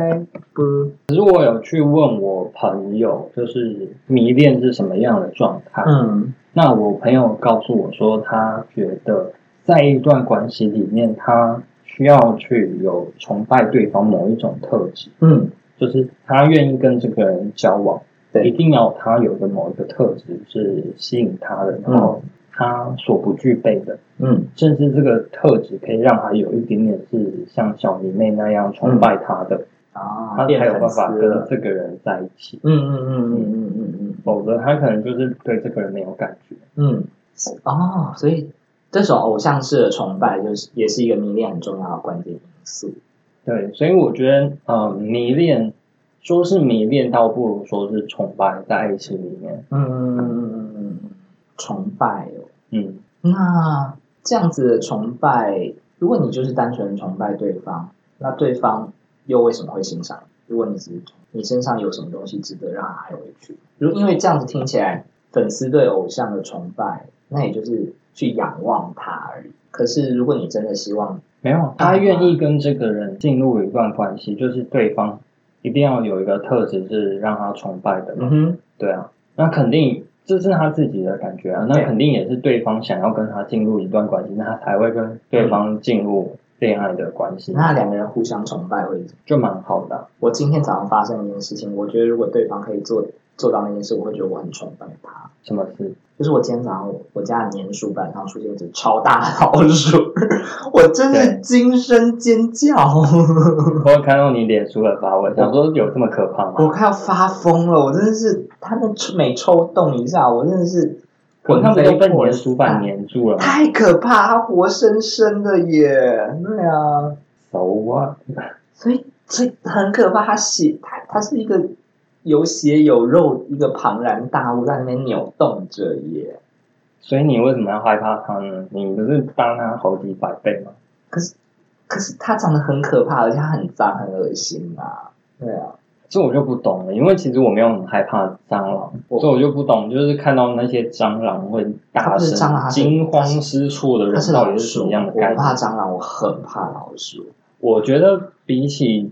Speaker 2: 不，
Speaker 1: 可是我有去问我朋友，就是迷恋是什么样的状态。
Speaker 2: 嗯，
Speaker 1: 那我朋友告诉我说，他觉得在一段关系里面，他需要去有崇拜对方某一种特质，
Speaker 2: 嗯，
Speaker 1: 就是他愿意跟这个人交往，
Speaker 2: 对
Speaker 1: 一定要他有的某一个特质是吸引他的，然后他所不具备的，
Speaker 2: 嗯，
Speaker 1: 甚至这个特质可以让他有一点点是像小迷妹那样崇拜他的，
Speaker 2: 啊，
Speaker 1: 他才
Speaker 2: 变
Speaker 1: 有
Speaker 2: 粉
Speaker 1: 办
Speaker 2: 丝
Speaker 1: 法
Speaker 2: 了
Speaker 1: 跟这个人在一起，
Speaker 2: 嗯嗯嗯嗯嗯嗯嗯。
Speaker 1: 否则他可能就是对这个人没有感觉。
Speaker 2: 嗯，哦，所以这种偶像式的崇拜，就是也是一个迷恋很重要的关键因素。
Speaker 1: 对，所以我觉得，呃，迷恋，说是迷恋，倒不如说是崇拜在爱情里面。
Speaker 2: 嗯，崇拜哦，
Speaker 1: 嗯，
Speaker 2: 那这样子的崇拜，如果你就是单纯崇拜对方，那对方又为什么会欣赏你？如果你只是你身上有什么东西值得让他爱回去，如因为这样子听起来，粉丝对偶像的崇拜，那也就是去仰望他而已。可是如果你真的希望
Speaker 1: 没有，他愿意跟这个人进入一段关系，就是对方一定要有一个特质是让他崇拜的嘛。
Speaker 2: 嗯哼，
Speaker 1: 对啊，那肯定这是他自己的感觉啊，那
Speaker 2: 对
Speaker 1: 肯定也是对方想要跟他进入一段关系，那他才会跟对方进入恋爱的关系，
Speaker 2: 那两个人互相崇拜会
Speaker 1: 就蛮好的啊、
Speaker 2: 我今天早上发生一件事情，我觉得如果对方可以做做到那件事，我会觉得我很崇拜他。
Speaker 1: 什么事？
Speaker 2: 就是我今天早上我我家的粘鼠板上出现一只超大的老鼠， 我真是
Speaker 1: 对
Speaker 2: 惊声尖叫，
Speaker 1: 我有看到你脸书的发文，想说有这么可怕吗？
Speaker 2: 我快要发疯了，我真的是它们抽每抽动一下，我真的是
Speaker 1: 可
Speaker 2: 魂
Speaker 1: 是他们
Speaker 2: 飞
Speaker 1: 都被你
Speaker 2: 魄
Speaker 1: 的书板
Speaker 2: 散，
Speaker 1: 粘住了吗。
Speaker 2: 太可怕，它活生生的耶，对啊。
Speaker 1: 熟啊，
Speaker 2: 所以所以很可怕，他血他他是一个有血有肉一个庞然大物在那边扭动着耶。
Speaker 1: 所以你为什么要害怕它呢？你不是当它好几百倍吗？
Speaker 2: 可是可是它长得很可怕，而且它很脏很恶心啊。对啊，
Speaker 1: 这我就不懂了，因为其实我没有很害怕蟑螂，
Speaker 2: 我
Speaker 1: 所以我就不懂，就是看到那些蟑螂会
Speaker 2: 它
Speaker 1: 大
Speaker 2: 不是蟑螂它
Speaker 1: 声
Speaker 2: 是
Speaker 1: 惊慌失措的
Speaker 2: 它
Speaker 1: 人，
Speaker 2: 是
Speaker 1: 到
Speaker 2: 老
Speaker 1: 底是什
Speaker 2: 鼠，
Speaker 1: 么样
Speaker 2: 我
Speaker 1: 的
Speaker 2: 不
Speaker 1: 概念？
Speaker 2: 怕蟑螂，我很怕老鼠。
Speaker 1: 我觉得比起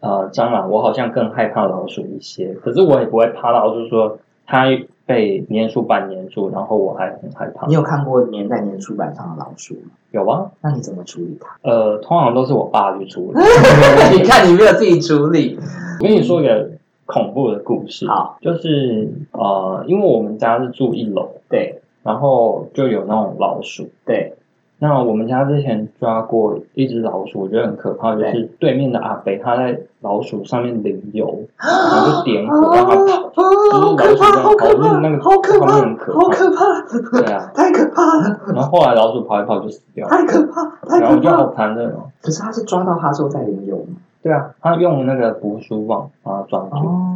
Speaker 1: 呃蟑螂，我好像更害怕老鼠一些。可是我也不会怕到，就是说它被粘鼠板粘住，然后我还很害怕
Speaker 2: 你。有看过粘在粘鼠板上的老鼠吗？
Speaker 1: 有啊，
Speaker 2: 那你怎么处理它？
Speaker 1: 呃，通常都是我爸去处理。
Speaker 2: 你看你没有自己处理。
Speaker 1: 我跟你说一个恐怖的故事，
Speaker 2: 好，
Speaker 1: 就是呃，因为我们家是住一楼，
Speaker 2: 对
Speaker 1: 然后就有那种老鼠，
Speaker 2: 对，
Speaker 1: 那我们家之前抓过一只老鼠，我觉得很可怕，就
Speaker 2: 对啊
Speaker 1: 是对面的阿北他在老鼠上面淋油，然后就
Speaker 2: 哦
Speaker 1: 点火让它跑，
Speaker 4: 啊，好可
Speaker 2: 嗯
Speaker 4: 怕，好可怕，好可怕，好可怕，
Speaker 1: 对啊，
Speaker 4: 太可怕了，
Speaker 1: 然后后来老鼠跑一跑就死掉
Speaker 2: 啊
Speaker 4: 太
Speaker 1: 了，
Speaker 4: 可怕，太
Speaker 1: 然
Speaker 4: 可
Speaker 1: 后我就
Speaker 4: 怕
Speaker 1: 好
Speaker 4: 了。
Speaker 1: 残忍哦。
Speaker 2: 可是他是抓到他之后再淋油嘛？
Speaker 1: 对啊，他用那个捕鼠网把它抓住，
Speaker 2: 哦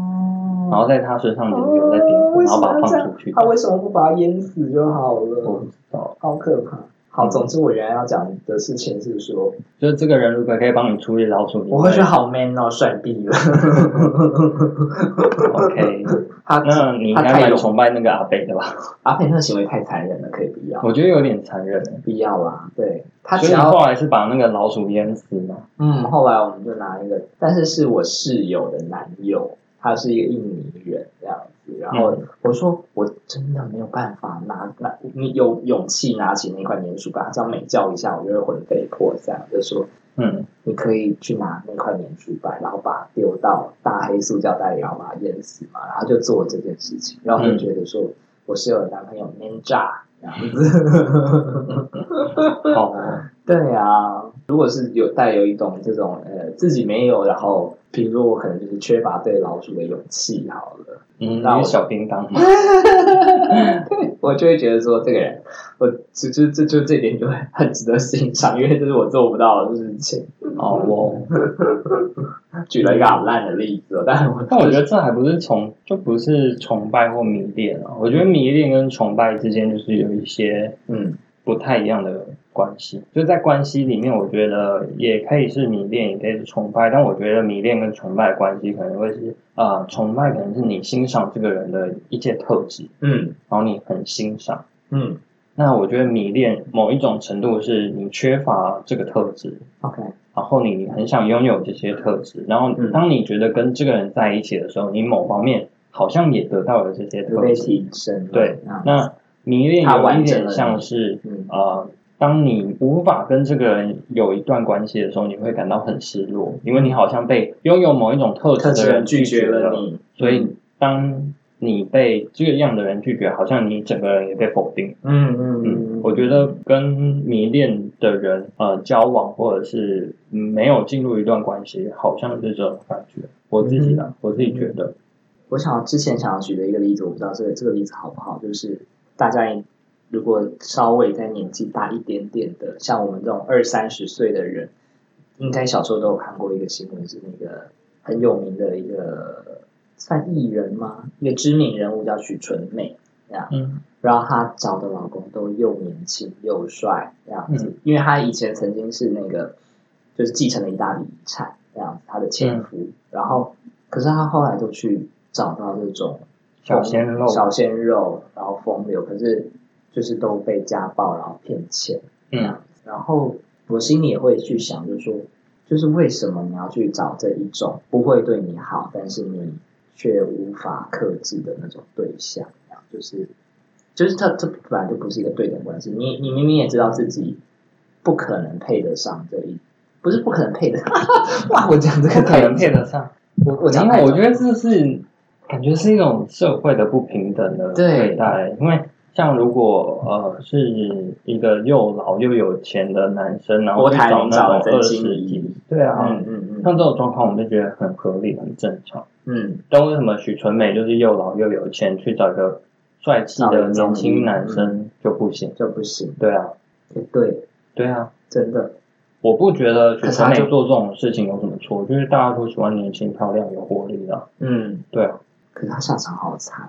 Speaker 1: 然后在它身上淋油，再点火，然后把它放出去。
Speaker 2: 他为什么不把它淹死就好
Speaker 1: 我不
Speaker 2: 了？
Speaker 1: 知道，
Speaker 2: 好可怕。好，
Speaker 1: 嗯
Speaker 2: 总之我原来要讲的事情是说，
Speaker 1: 就是这个人如果可以帮你处理老鼠，你
Speaker 2: 我会觉得好 man 哦，帅毙了。
Speaker 1: OK。
Speaker 2: 他
Speaker 1: 那你应
Speaker 2: 他
Speaker 1: 该
Speaker 2: 太
Speaker 1: 蛮
Speaker 2: 勇，
Speaker 1: 崇拜那个阿北的吧？
Speaker 2: 阿佩那个行为太残忍了，可以不要，
Speaker 1: 我觉得有点残忍欸。
Speaker 2: 不要啦。对他
Speaker 1: 所
Speaker 2: 只
Speaker 1: 以你
Speaker 2: 要
Speaker 1: 后来是把那个老鼠淹死吗？
Speaker 2: 嗯，后来我们就拿一个，但是是我室友的男友，他是一个印尼人这样子。然后我说我真的没有办法拿拿你有勇气拿起那块粘鼠板，这样每叫一下我就会魂飞魄散。就说
Speaker 1: 嗯，
Speaker 2: 你可以去拿那块粘鼠板，然后把它丢到大黑塑胶袋里，然后把它淹死嘛，然后就做这件事情。然后我就觉得说我室友的男朋友 man 炸这样子。
Speaker 1: 好，
Speaker 2: 对啊，如果是有带有一种这种呃自己没有，然后比如说我可能就是缺乏对老鼠的勇气，好了，
Speaker 1: 嗯，
Speaker 2: 那
Speaker 1: 那
Speaker 2: 我
Speaker 1: 是小叮当 嘛，
Speaker 2: 我就会觉得说这个人，我就就就就这一点就会很值得欣赏，因为这是我做不到的事情。
Speaker 1: 好哦。
Speaker 2: 举了一个很烂的例子哦，但是我
Speaker 1: 但我觉得这还不是崇，就不是崇拜或迷恋啊。我觉得迷恋跟崇拜之间就是有一些
Speaker 2: 嗯
Speaker 1: 不太一样的关系。就在关系里面，我觉得也可以是迷恋，也可以是崇拜。但我觉得迷恋跟崇拜的关系可能会是，呃，崇拜可能是你欣赏这个人的一些特质，
Speaker 2: 嗯
Speaker 1: 然后你很欣赏。
Speaker 2: 嗯
Speaker 1: 那我觉得迷恋某一种程度是你缺乏这个特质，
Speaker 2: ，OK，
Speaker 1: 然后你很想拥有这些特质，然后
Speaker 2: 嗯
Speaker 1: 当你觉得跟这个人在一起的时候，你某方面好像也得到了这些
Speaker 2: 就
Speaker 1: 特
Speaker 2: 被
Speaker 1: 质。
Speaker 2: 提升了。
Speaker 1: 对
Speaker 2: 啊，
Speaker 1: 那迷恋
Speaker 2: 他
Speaker 1: 有一
Speaker 2: 完整
Speaker 1: 点
Speaker 2: 了
Speaker 1: 像是
Speaker 2: 嗯
Speaker 1: 呃，当你无法跟这个人有一段关系的时候，你会感到很失落，因为你好像被拥有某一种特
Speaker 2: 特
Speaker 1: 质
Speaker 2: 质
Speaker 1: 的
Speaker 2: 人
Speaker 1: 人
Speaker 2: 拒
Speaker 1: 绝
Speaker 2: 绝了你，
Speaker 1: 所以当你被这样的人拒绝，好像你整个人也被否定。
Speaker 2: 嗯嗯
Speaker 1: 嗯，我觉得跟迷恋的人呃交往，或者是没有进入一段关系，好像是这种感觉。我自己的，我自己觉得，
Speaker 2: 我想之前想要举的一个例子，我不知道这个这个例子好不好，就是大家如果稍微再年纪大一点点的，像我们这种二三十岁的人，应该小时候都有看过一个新闻，是那个很有名的一个算艺人吗？一个知名人物叫许纯美，这样，
Speaker 1: 嗯
Speaker 2: 然后她找的老公都又年轻又帅，这样子，
Speaker 1: 嗯
Speaker 2: 因为她以前曾经是那个就是继承了一大笔遗产，这样子，她的前夫，
Speaker 1: 嗯
Speaker 2: 然后可是她后来都去找到这种
Speaker 1: 小鲜肉，
Speaker 2: 小鲜肉，然后风流，可是就是都被家暴，然后骗钱这样
Speaker 1: 嗯
Speaker 2: 子。然后我心里也会去想，就是说，就是为什么你要去找这一种不会对你好，但是你却无法克制的那种对象？这样就是就是他这本来就不是一个对等关系。你你明明也知道自己不可能配得上这一，不是不可能配得， 哇！我讲这
Speaker 1: 不
Speaker 2: 个
Speaker 1: 可
Speaker 2: 太
Speaker 1: 能配得上。
Speaker 2: 我我讲
Speaker 1: 因
Speaker 2: 太
Speaker 1: 为我
Speaker 2: 早
Speaker 1: 觉得这是感觉是一种社会的不平等的
Speaker 2: 对
Speaker 1: 待，因为。像如果呃是一个又老又有钱的男生，然后
Speaker 2: 郭
Speaker 1: 去
Speaker 2: 台
Speaker 1: 找
Speaker 2: 铭找
Speaker 1: 那
Speaker 2: 了
Speaker 1: 种二
Speaker 2: 曾
Speaker 1: 十
Speaker 2: 心
Speaker 1: 几
Speaker 2: 怡，，
Speaker 1: 对啊，
Speaker 2: 嗯嗯嗯
Speaker 1: 像这种状况我们就觉得很合理、很正常。
Speaker 2: 嗯，
Speaker 1: 但为什么许纯美就是又老又有钱，去找一个帅气的年轻男
Speaker 2: 嗯
Speaker 1: 生就不行？
Speaker 2: 就不行。
Speaker 1: 对啊，
Speaker 2: 欸对，
Speaker 1: 对啊，
Speaker 2: 真的，
Speaker 1: 我不觉得许纯
Speaker 2: 可是他
Speaker 1: 美
Speaker 2: 就
Speaker 1: 做这种事情有什么错，就是大家都喜欢年轻、漂亮、有活力的啊、
Speaker 2: 嗯，
Speaker 1: 对啊，
Speaker 2: 可是他下场好惨，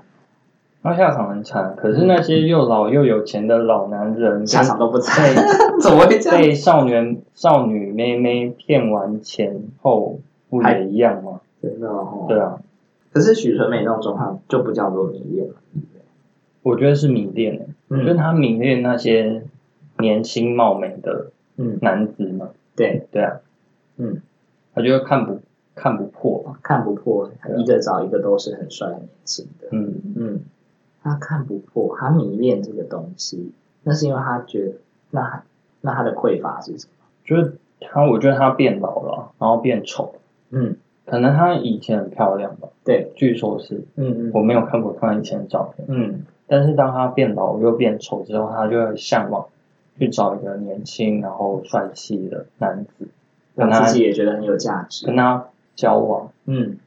Speaker 1: 那下场很惨。可是那些又老又有钱的老男人，
Speaker 2: 下场都不惨，
Speaker 1: 被
Speaker 2: 怎么会这样？
Speaker 1: 被少年少女妹妹骗完钱后，不
Speaker 2: 还
Speaker 1: 也一样吗？
Speaker 2: 真的哦，
Speaker 1: 对。啊，
Speaker 2: 可是许纯美那种状况就不叫做迷恋了，
Speaker 1: 我觉得是迷恋欸、就是
Speaker 2: 嗯
Speaker 1: 他迷恋那些年轻貌美的
Speaker 2: 嗯，
Speaker 1: 男子嘛。
Speaker 2: 对，
Speaker 1: 对啊，
Speaker 2: 嗯，
Speaker 1: 他就会看不看不破，
Speaker 2: 看不破，一个找一个都是很帅很年轻的，
Speaker 1: 嗯，
Speaker 2: 嗯，他看不破，他迷恋这个东西，那是因为他觉得，那那他的匮乏是什么？
Speaker 1: 就是他，我觉得他变老了，然后变丑，
Speaker 2: 嗯，
Speaker 1: 可能他以前很漂亮吧，
Speaker 2: 对，
Speaker 1: 据说是，
Speaker 2: 嗯
Speaker 1: 我没有看过他以前的照片，
Speaker 2: 嗯
Speaker 1: 但是当他变老又变丑之后，他就会向往去找一个年轻然后帅气的男子
Speaker 2: 让自己也觉得很有价值。
Speaker 1: 跟他交往。
Speaker 2: 嗯，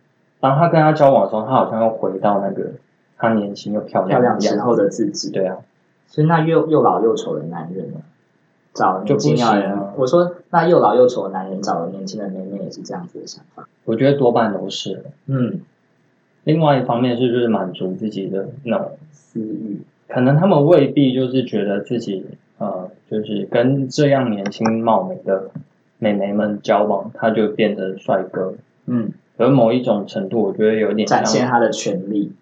Speaker 1: 当他跟他交往的时候，他好像又回到那个他年轻又漂
Speaker 2: 漂
Speaker 1: 亮的
Speaker 2: 亮
Speaker 1: 样
Speaker 2: 时
Speaker 1: 子。
Speaker 2: 候的自己。
Speaker 1: 对啊，
Speaker 2: 所以那又又老又丑的男人呢，找
Speaker 1: 就
Speaker 2: 年
Speaker 1: 不
Speaker 2: 轻的人
Speaker 1: 行啊，
Speaker 2: 我说那又老又丑的男人找了年轻的妹妹也是这样子的想法。
Speaker 1: 我觉得多半都是。
Speaker 2: 嗯，
Speaker 1: 另外一方面是就是满足自己的那种
Speaker 2: 私欲，
Speaker 1: 可能他们未必就是觉得自己呃，就是跟这样年轻貌美的美眉们交往，他就变成帅哥。
Speaker 2: 嗯，
Speaker 1: 而某一种程度，我觉得有点
Speaker 2: 展现
Speaker 1: 像
Speaker 2: 他的权利。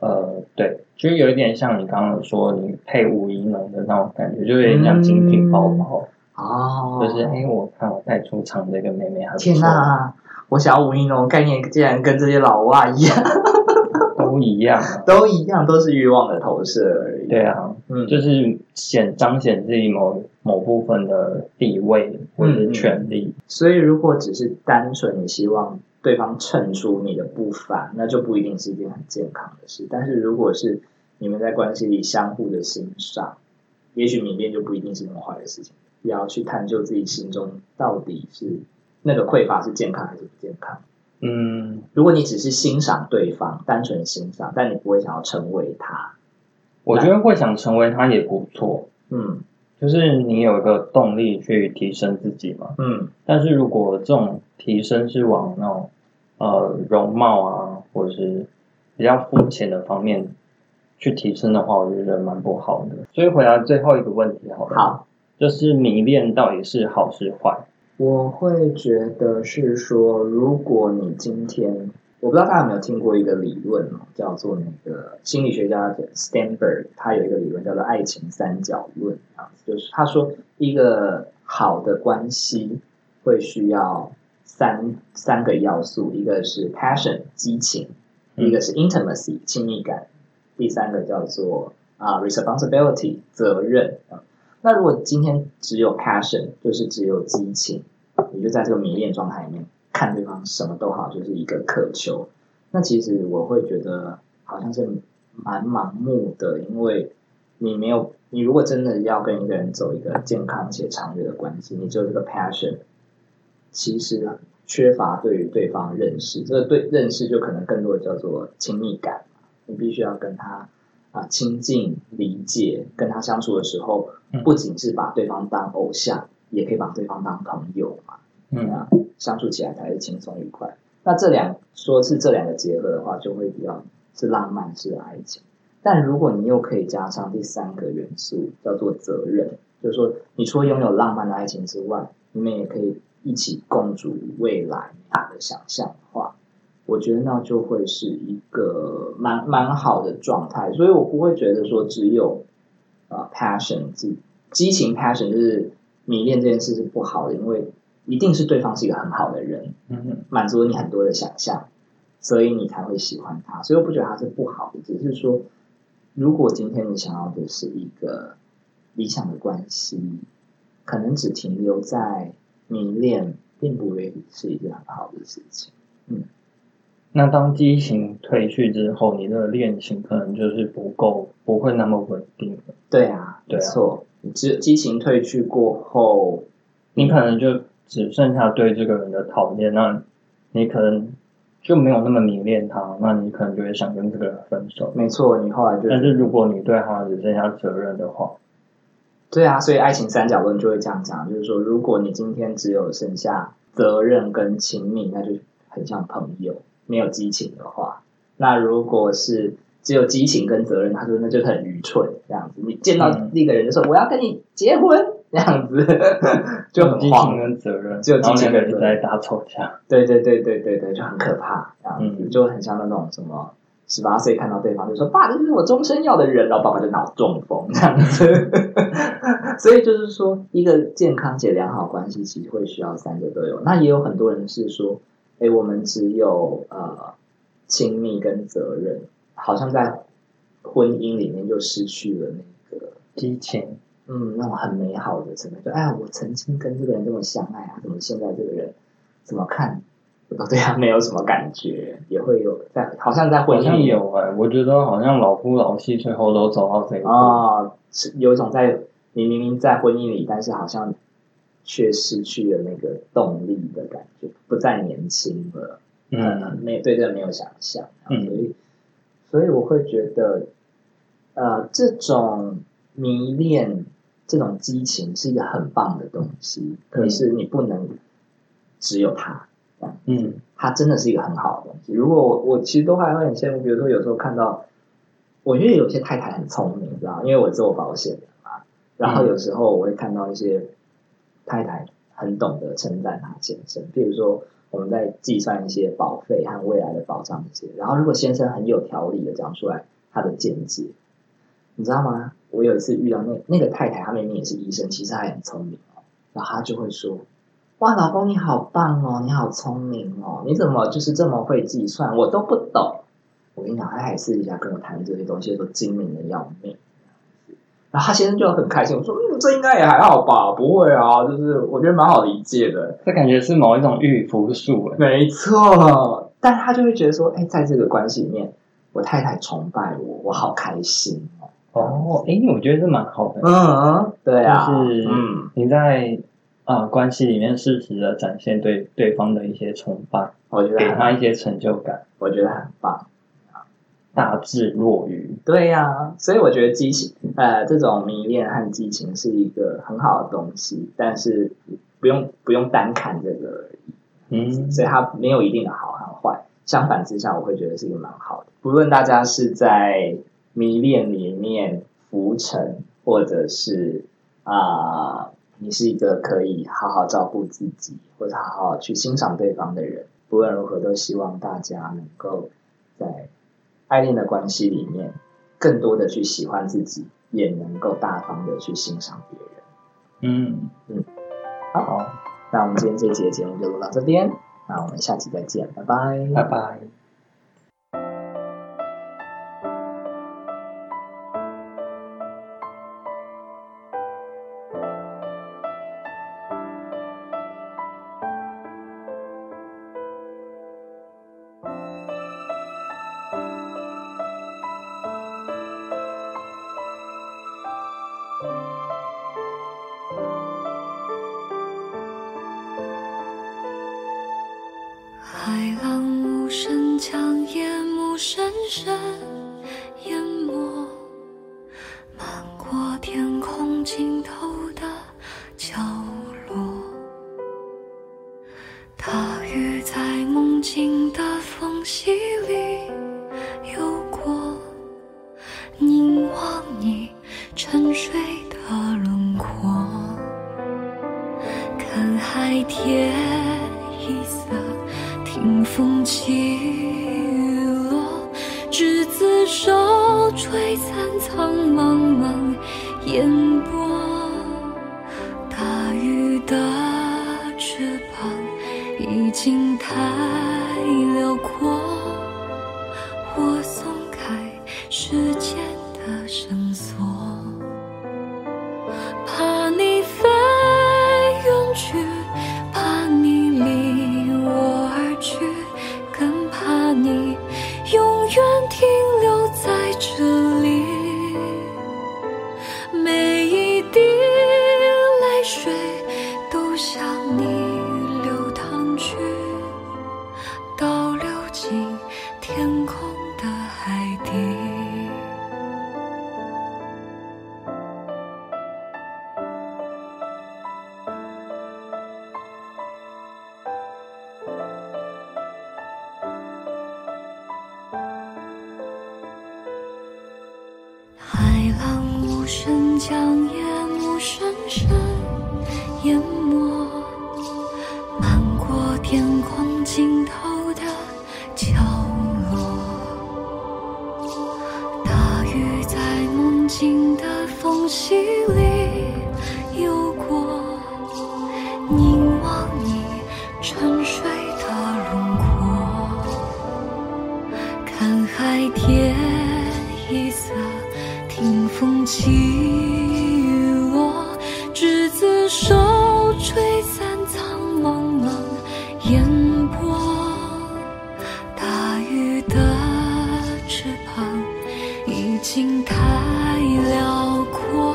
Speaker 1: 呃，对，就是有一点像你刚刚有说你配吴一农的那种感觉，就有点像精品包包，
Speaker 2: 哦，
Speaker 1: 就是哎，我看我带出场这个妹妹还不
Speaker 2: 天
Speaker 1: 错，
Speaker 2: 哪！我想要吴一农概念竟然跟这些老外一样，
Speaker 1: 都一样啊。
Speaker 2: 都一样，都是欲望的投射而已。
Speaker 1: 对，啊，
Speaker 2: 嗯，
Speaker 1: 就是显彰显自己某某部分的地位或者
Speaker 2: 嗯
Speaker 1: 是权利，
Speaker 2: 所以如果只是单纯你希望对方衬出你的不凡，那就不一定是一件很健康的事。但是如果是你们在关系里相互的欣赏，也许明辨就不一定是那么坏的事情。也要去探究自己心中到底是那个匮乏是健康还是不健康。
Speaker 1: 嗯，
Speaker 2: 如果你只是欣赏对方，单纯欣赏，但你不会想要成为他，
Speaker 1: 我觉得会想成为他也不错，
Speaker 2: 嗯
Speaker 1: 就是你有一个动力去提升自己嘛。
Speaker 2: 嗯
Speaker 1: 但是如果这种提升是往那种呃容貌啊，或者是比较肤浅的方面去提升的话，我就觉得蛮不好的。所以回答最后一个问题好了，
Speaker 2: 好。
Speaker 1: 就是迷恋到底是好是坏？
Speaker 2: 我会觉得是说，如果你今天，我不知道大家有没有听过一个理论哦，叫做那个心理学家 Stanberg，他有一个理论叫做爱情三角论啊，就是他说一个好的关系会需要三三个要素，一个是 passion 激情，
Speaker 1: 嗯
Speaker 2: 一个是 intimacy 亲密感，第三个叫做啊、responsibility 责任啊。那如果今天只有 passion，就是只有激情，你就在这个迷恋状态里面看对方什么都好，就是一个渴求。那其实我会觉得好像是蛮盲目的，因为你没有，你如果真的要跟一个人走一个健康且长远的关系，你只有这个 passion，其实缺乏对于对方认识，这个对认识就可能更多的叫做亲密感嘛你必须要跟他啊亲近、理解，跟他相处的时候
Speaker 1: 嗯，
Speaker 2: 不仅是把对方当偶像，也可以把对方当朋友嘛。
Speaker 1: 嗯，
Speaker 2: 啊，相处起来才是轻松愉快。那这两说是这两个结合的话，就会比较是浪漫式的爱情。但如果你又可以加上第三个元素，叫做责任，就是说，你除了拥有浪漫的爱情之外，你们也可以一起共筑未来美好的想象的话，我觉得那就会是一个蛮蛮好的状态。所以我不会觉得说只有啊、passion 激激情 passion 就是迷恋这件事是不好的，因为一定是对方是一个很好的人，
Speaker 1: 嗯
Speaker 2: 满足了你很多的想象，所以你才会喜欢他。所以我不觉得他是不好的，只是说，如果今天你想要的是一个理想的关系，可能只停留在迷恋，并不会是一件很好的事情。
Speaker 1: 那当激情褪去之后，你的恋情可能就是不够，不会那么稳定了。
Speaker 2: 对啊，
Speaker 1: 对啊
Speaker 2: 没错。你激激情褪去过后，
Speaker 1: 你可能就只剩下对这个人的讨厌，那你可能就没有那么迷恋他，那你可能就会想跟这个人分手。
Speaker 2: 没错，你后来就
Speaker 1: 但是如果你对他只剩下责任的话，
Speaker 2: 对啊，所以爱情三角论就会这样讲，就是说，如果你今天只有剩下责任跟亲密，那就很像朋友，没有激情的话，那如果是只有激情跟责任，他说那就是很愚蠢这样子。你见到
Speaker 1: 嗯
Speaker 2: 那个人就说、我要跟你结婚这样子， 就
Speaker 1: 有
Speaker 2: 很
Speaker 1: 激
Speaker 2: 慌
Speaker 1: 情。跟责任，
Speaker 2: 只有
Speaker 1: 然后
Speaker 2: 激情
Speaker 1: 两个人一直
Speaker 2: 跟责
Speaker 1: 在
Speaker 2: 任
Speaker 1: 打吵架。
Speaker 2: 对对对对对对，就很可怕这样子，
Speaker 1: 嗯
Speaker 2: 就很像那种什么。十八岁看到对方就说：“爸，这是我终身要的人。”然后爸爸就脑中风这样子。 所以就是说，一个健康且良好关系，其实会需要三个都有。那也有很多人是说：“哎，我们只有呃亲密跟责任，好像在婚姻里面就失去了那个
Speaker 1: 激情，
Speaker 2: 嗯，那种很美好的层面，就哎呀，我曾经跟这个人这么相爱啊，怎么现在这个人怎么看我都对他没有什么感觉，也会有在好像在婚
Speaker 1: 好
Speaker 2: 姻
Speaker 1: 像
Speaker 2: 里
Speaker 1: 有哎、我觉得好像老夫老妻最后都走到这一步。
Speaker 2: 哦啊、是有一种在你明明在婚姻里，但是好像却失去了那个动力的感觉，不再年轻了。
Speaker 1: 嗯，
Speaker 2: 呃没对这个没有想象，
Speaker 1: 嗯
Speaker 2: 所以所以我会觉得，呃，这种迷恋、这种激情是一个很棒的东西，可是你不能只有它，
Speaker 1: 嗯，
Speaker 2: 它真的是一个很好的东西。如果我我其实都还会很羡慕，比如说有时候看到，我觉得有些太太很聪明，你知道吗，因为我做保险的嘛，然后有时候我会看到一些太太很懂得称赞她先生，譬如说我们在计算一些保费和未来的保障这些，然后如果先生很有条理的讲出来他的见解，你知道吗？我有一次遇到那那个太太，她明明也是医生，其实她也很聪明哦，然后她就会说。哇，老公你好棒哦，你好聪明哦，你怎么就是这么会计算？我都不懂。我跟你讲，他还私底下跟我谈这些东西，说精明的要命。然后他先生就很开心，我说嗯，这应该也还好吧，不会啊，就是我觉得蛮好理解的。
Speaker 1: 这感觉是某一种御服术，哎
Speaker 2: 没错，但他就会觉得说，哎，在这个关系里面，我太太崇拜我，我好开心哦。
Speaker 1: 哦，哎，我觉得这蛮好的，
Speaker 2: 嗯，对啊，
Speaker 1: 就是
Speaker 2: 嗯，
Speaker 1: 你在啊、呃关系里面适时的展现对对方的一些崇拜，
Speaker 2: 我觉得
Speaker 1: 给他
Speaker 2: 很，
Speaker 1: 一些成就感，
Speaker 2: 我觉得很棒。
Speaker 1: 大智若愚。
Speaker 2: 对呀、所以我觉得激情，呃，这种迷恋和激情是一个很好的东西，但是不用不用单看这个而已，
Speaker 1: 嗯，
Speaker 2: 所以它没有一定的好和坏。相反之下，我会觉得是一个蛮好的。不论大家是在迷恋里面浮沉，或者是啊、你是一个可以好好照顾自己，或者好好去欣赏对方的人，不论如何，都希望大家能够在爱恋的关系里面，更多的去喜欢自己，也能够大方的去欣赏别人。
Speaker 1: 嗯
Speaker 2: 嗯，
Speaker 1: 好，
Speaker 2: 那我们今天这期的节目就录到这边，那我们下期再见，拜拜，
Speaker 1: 拜拜。
Speaker 5: 海浪无声将夜幕深深淹没，漫过天空尽头的角落。大雨在梦境的缝隙里游过，凝望你沉睡的轮廓。看海天一色，听风起落，执子手，吹散苍茫茫烟波。大鱼的翅膀已经太辽阔，我松开时间的绳索。怕你飞远去，怕你离我而去，更怕你永远停留在这里。每一滴泪水都向你流淌去，倒流进天空的海底。海浪无声将夜幕深深淹没，漫过天空尽头的角落。大雨在梦境的缝隙里游过，凝望你沉睡的轮廓。看海天一色，听风起落，执子手，吹散苍茫茫烟波。大鱼的翅膀已经太辽阔，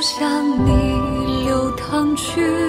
Speaker 5: 向你流淌去。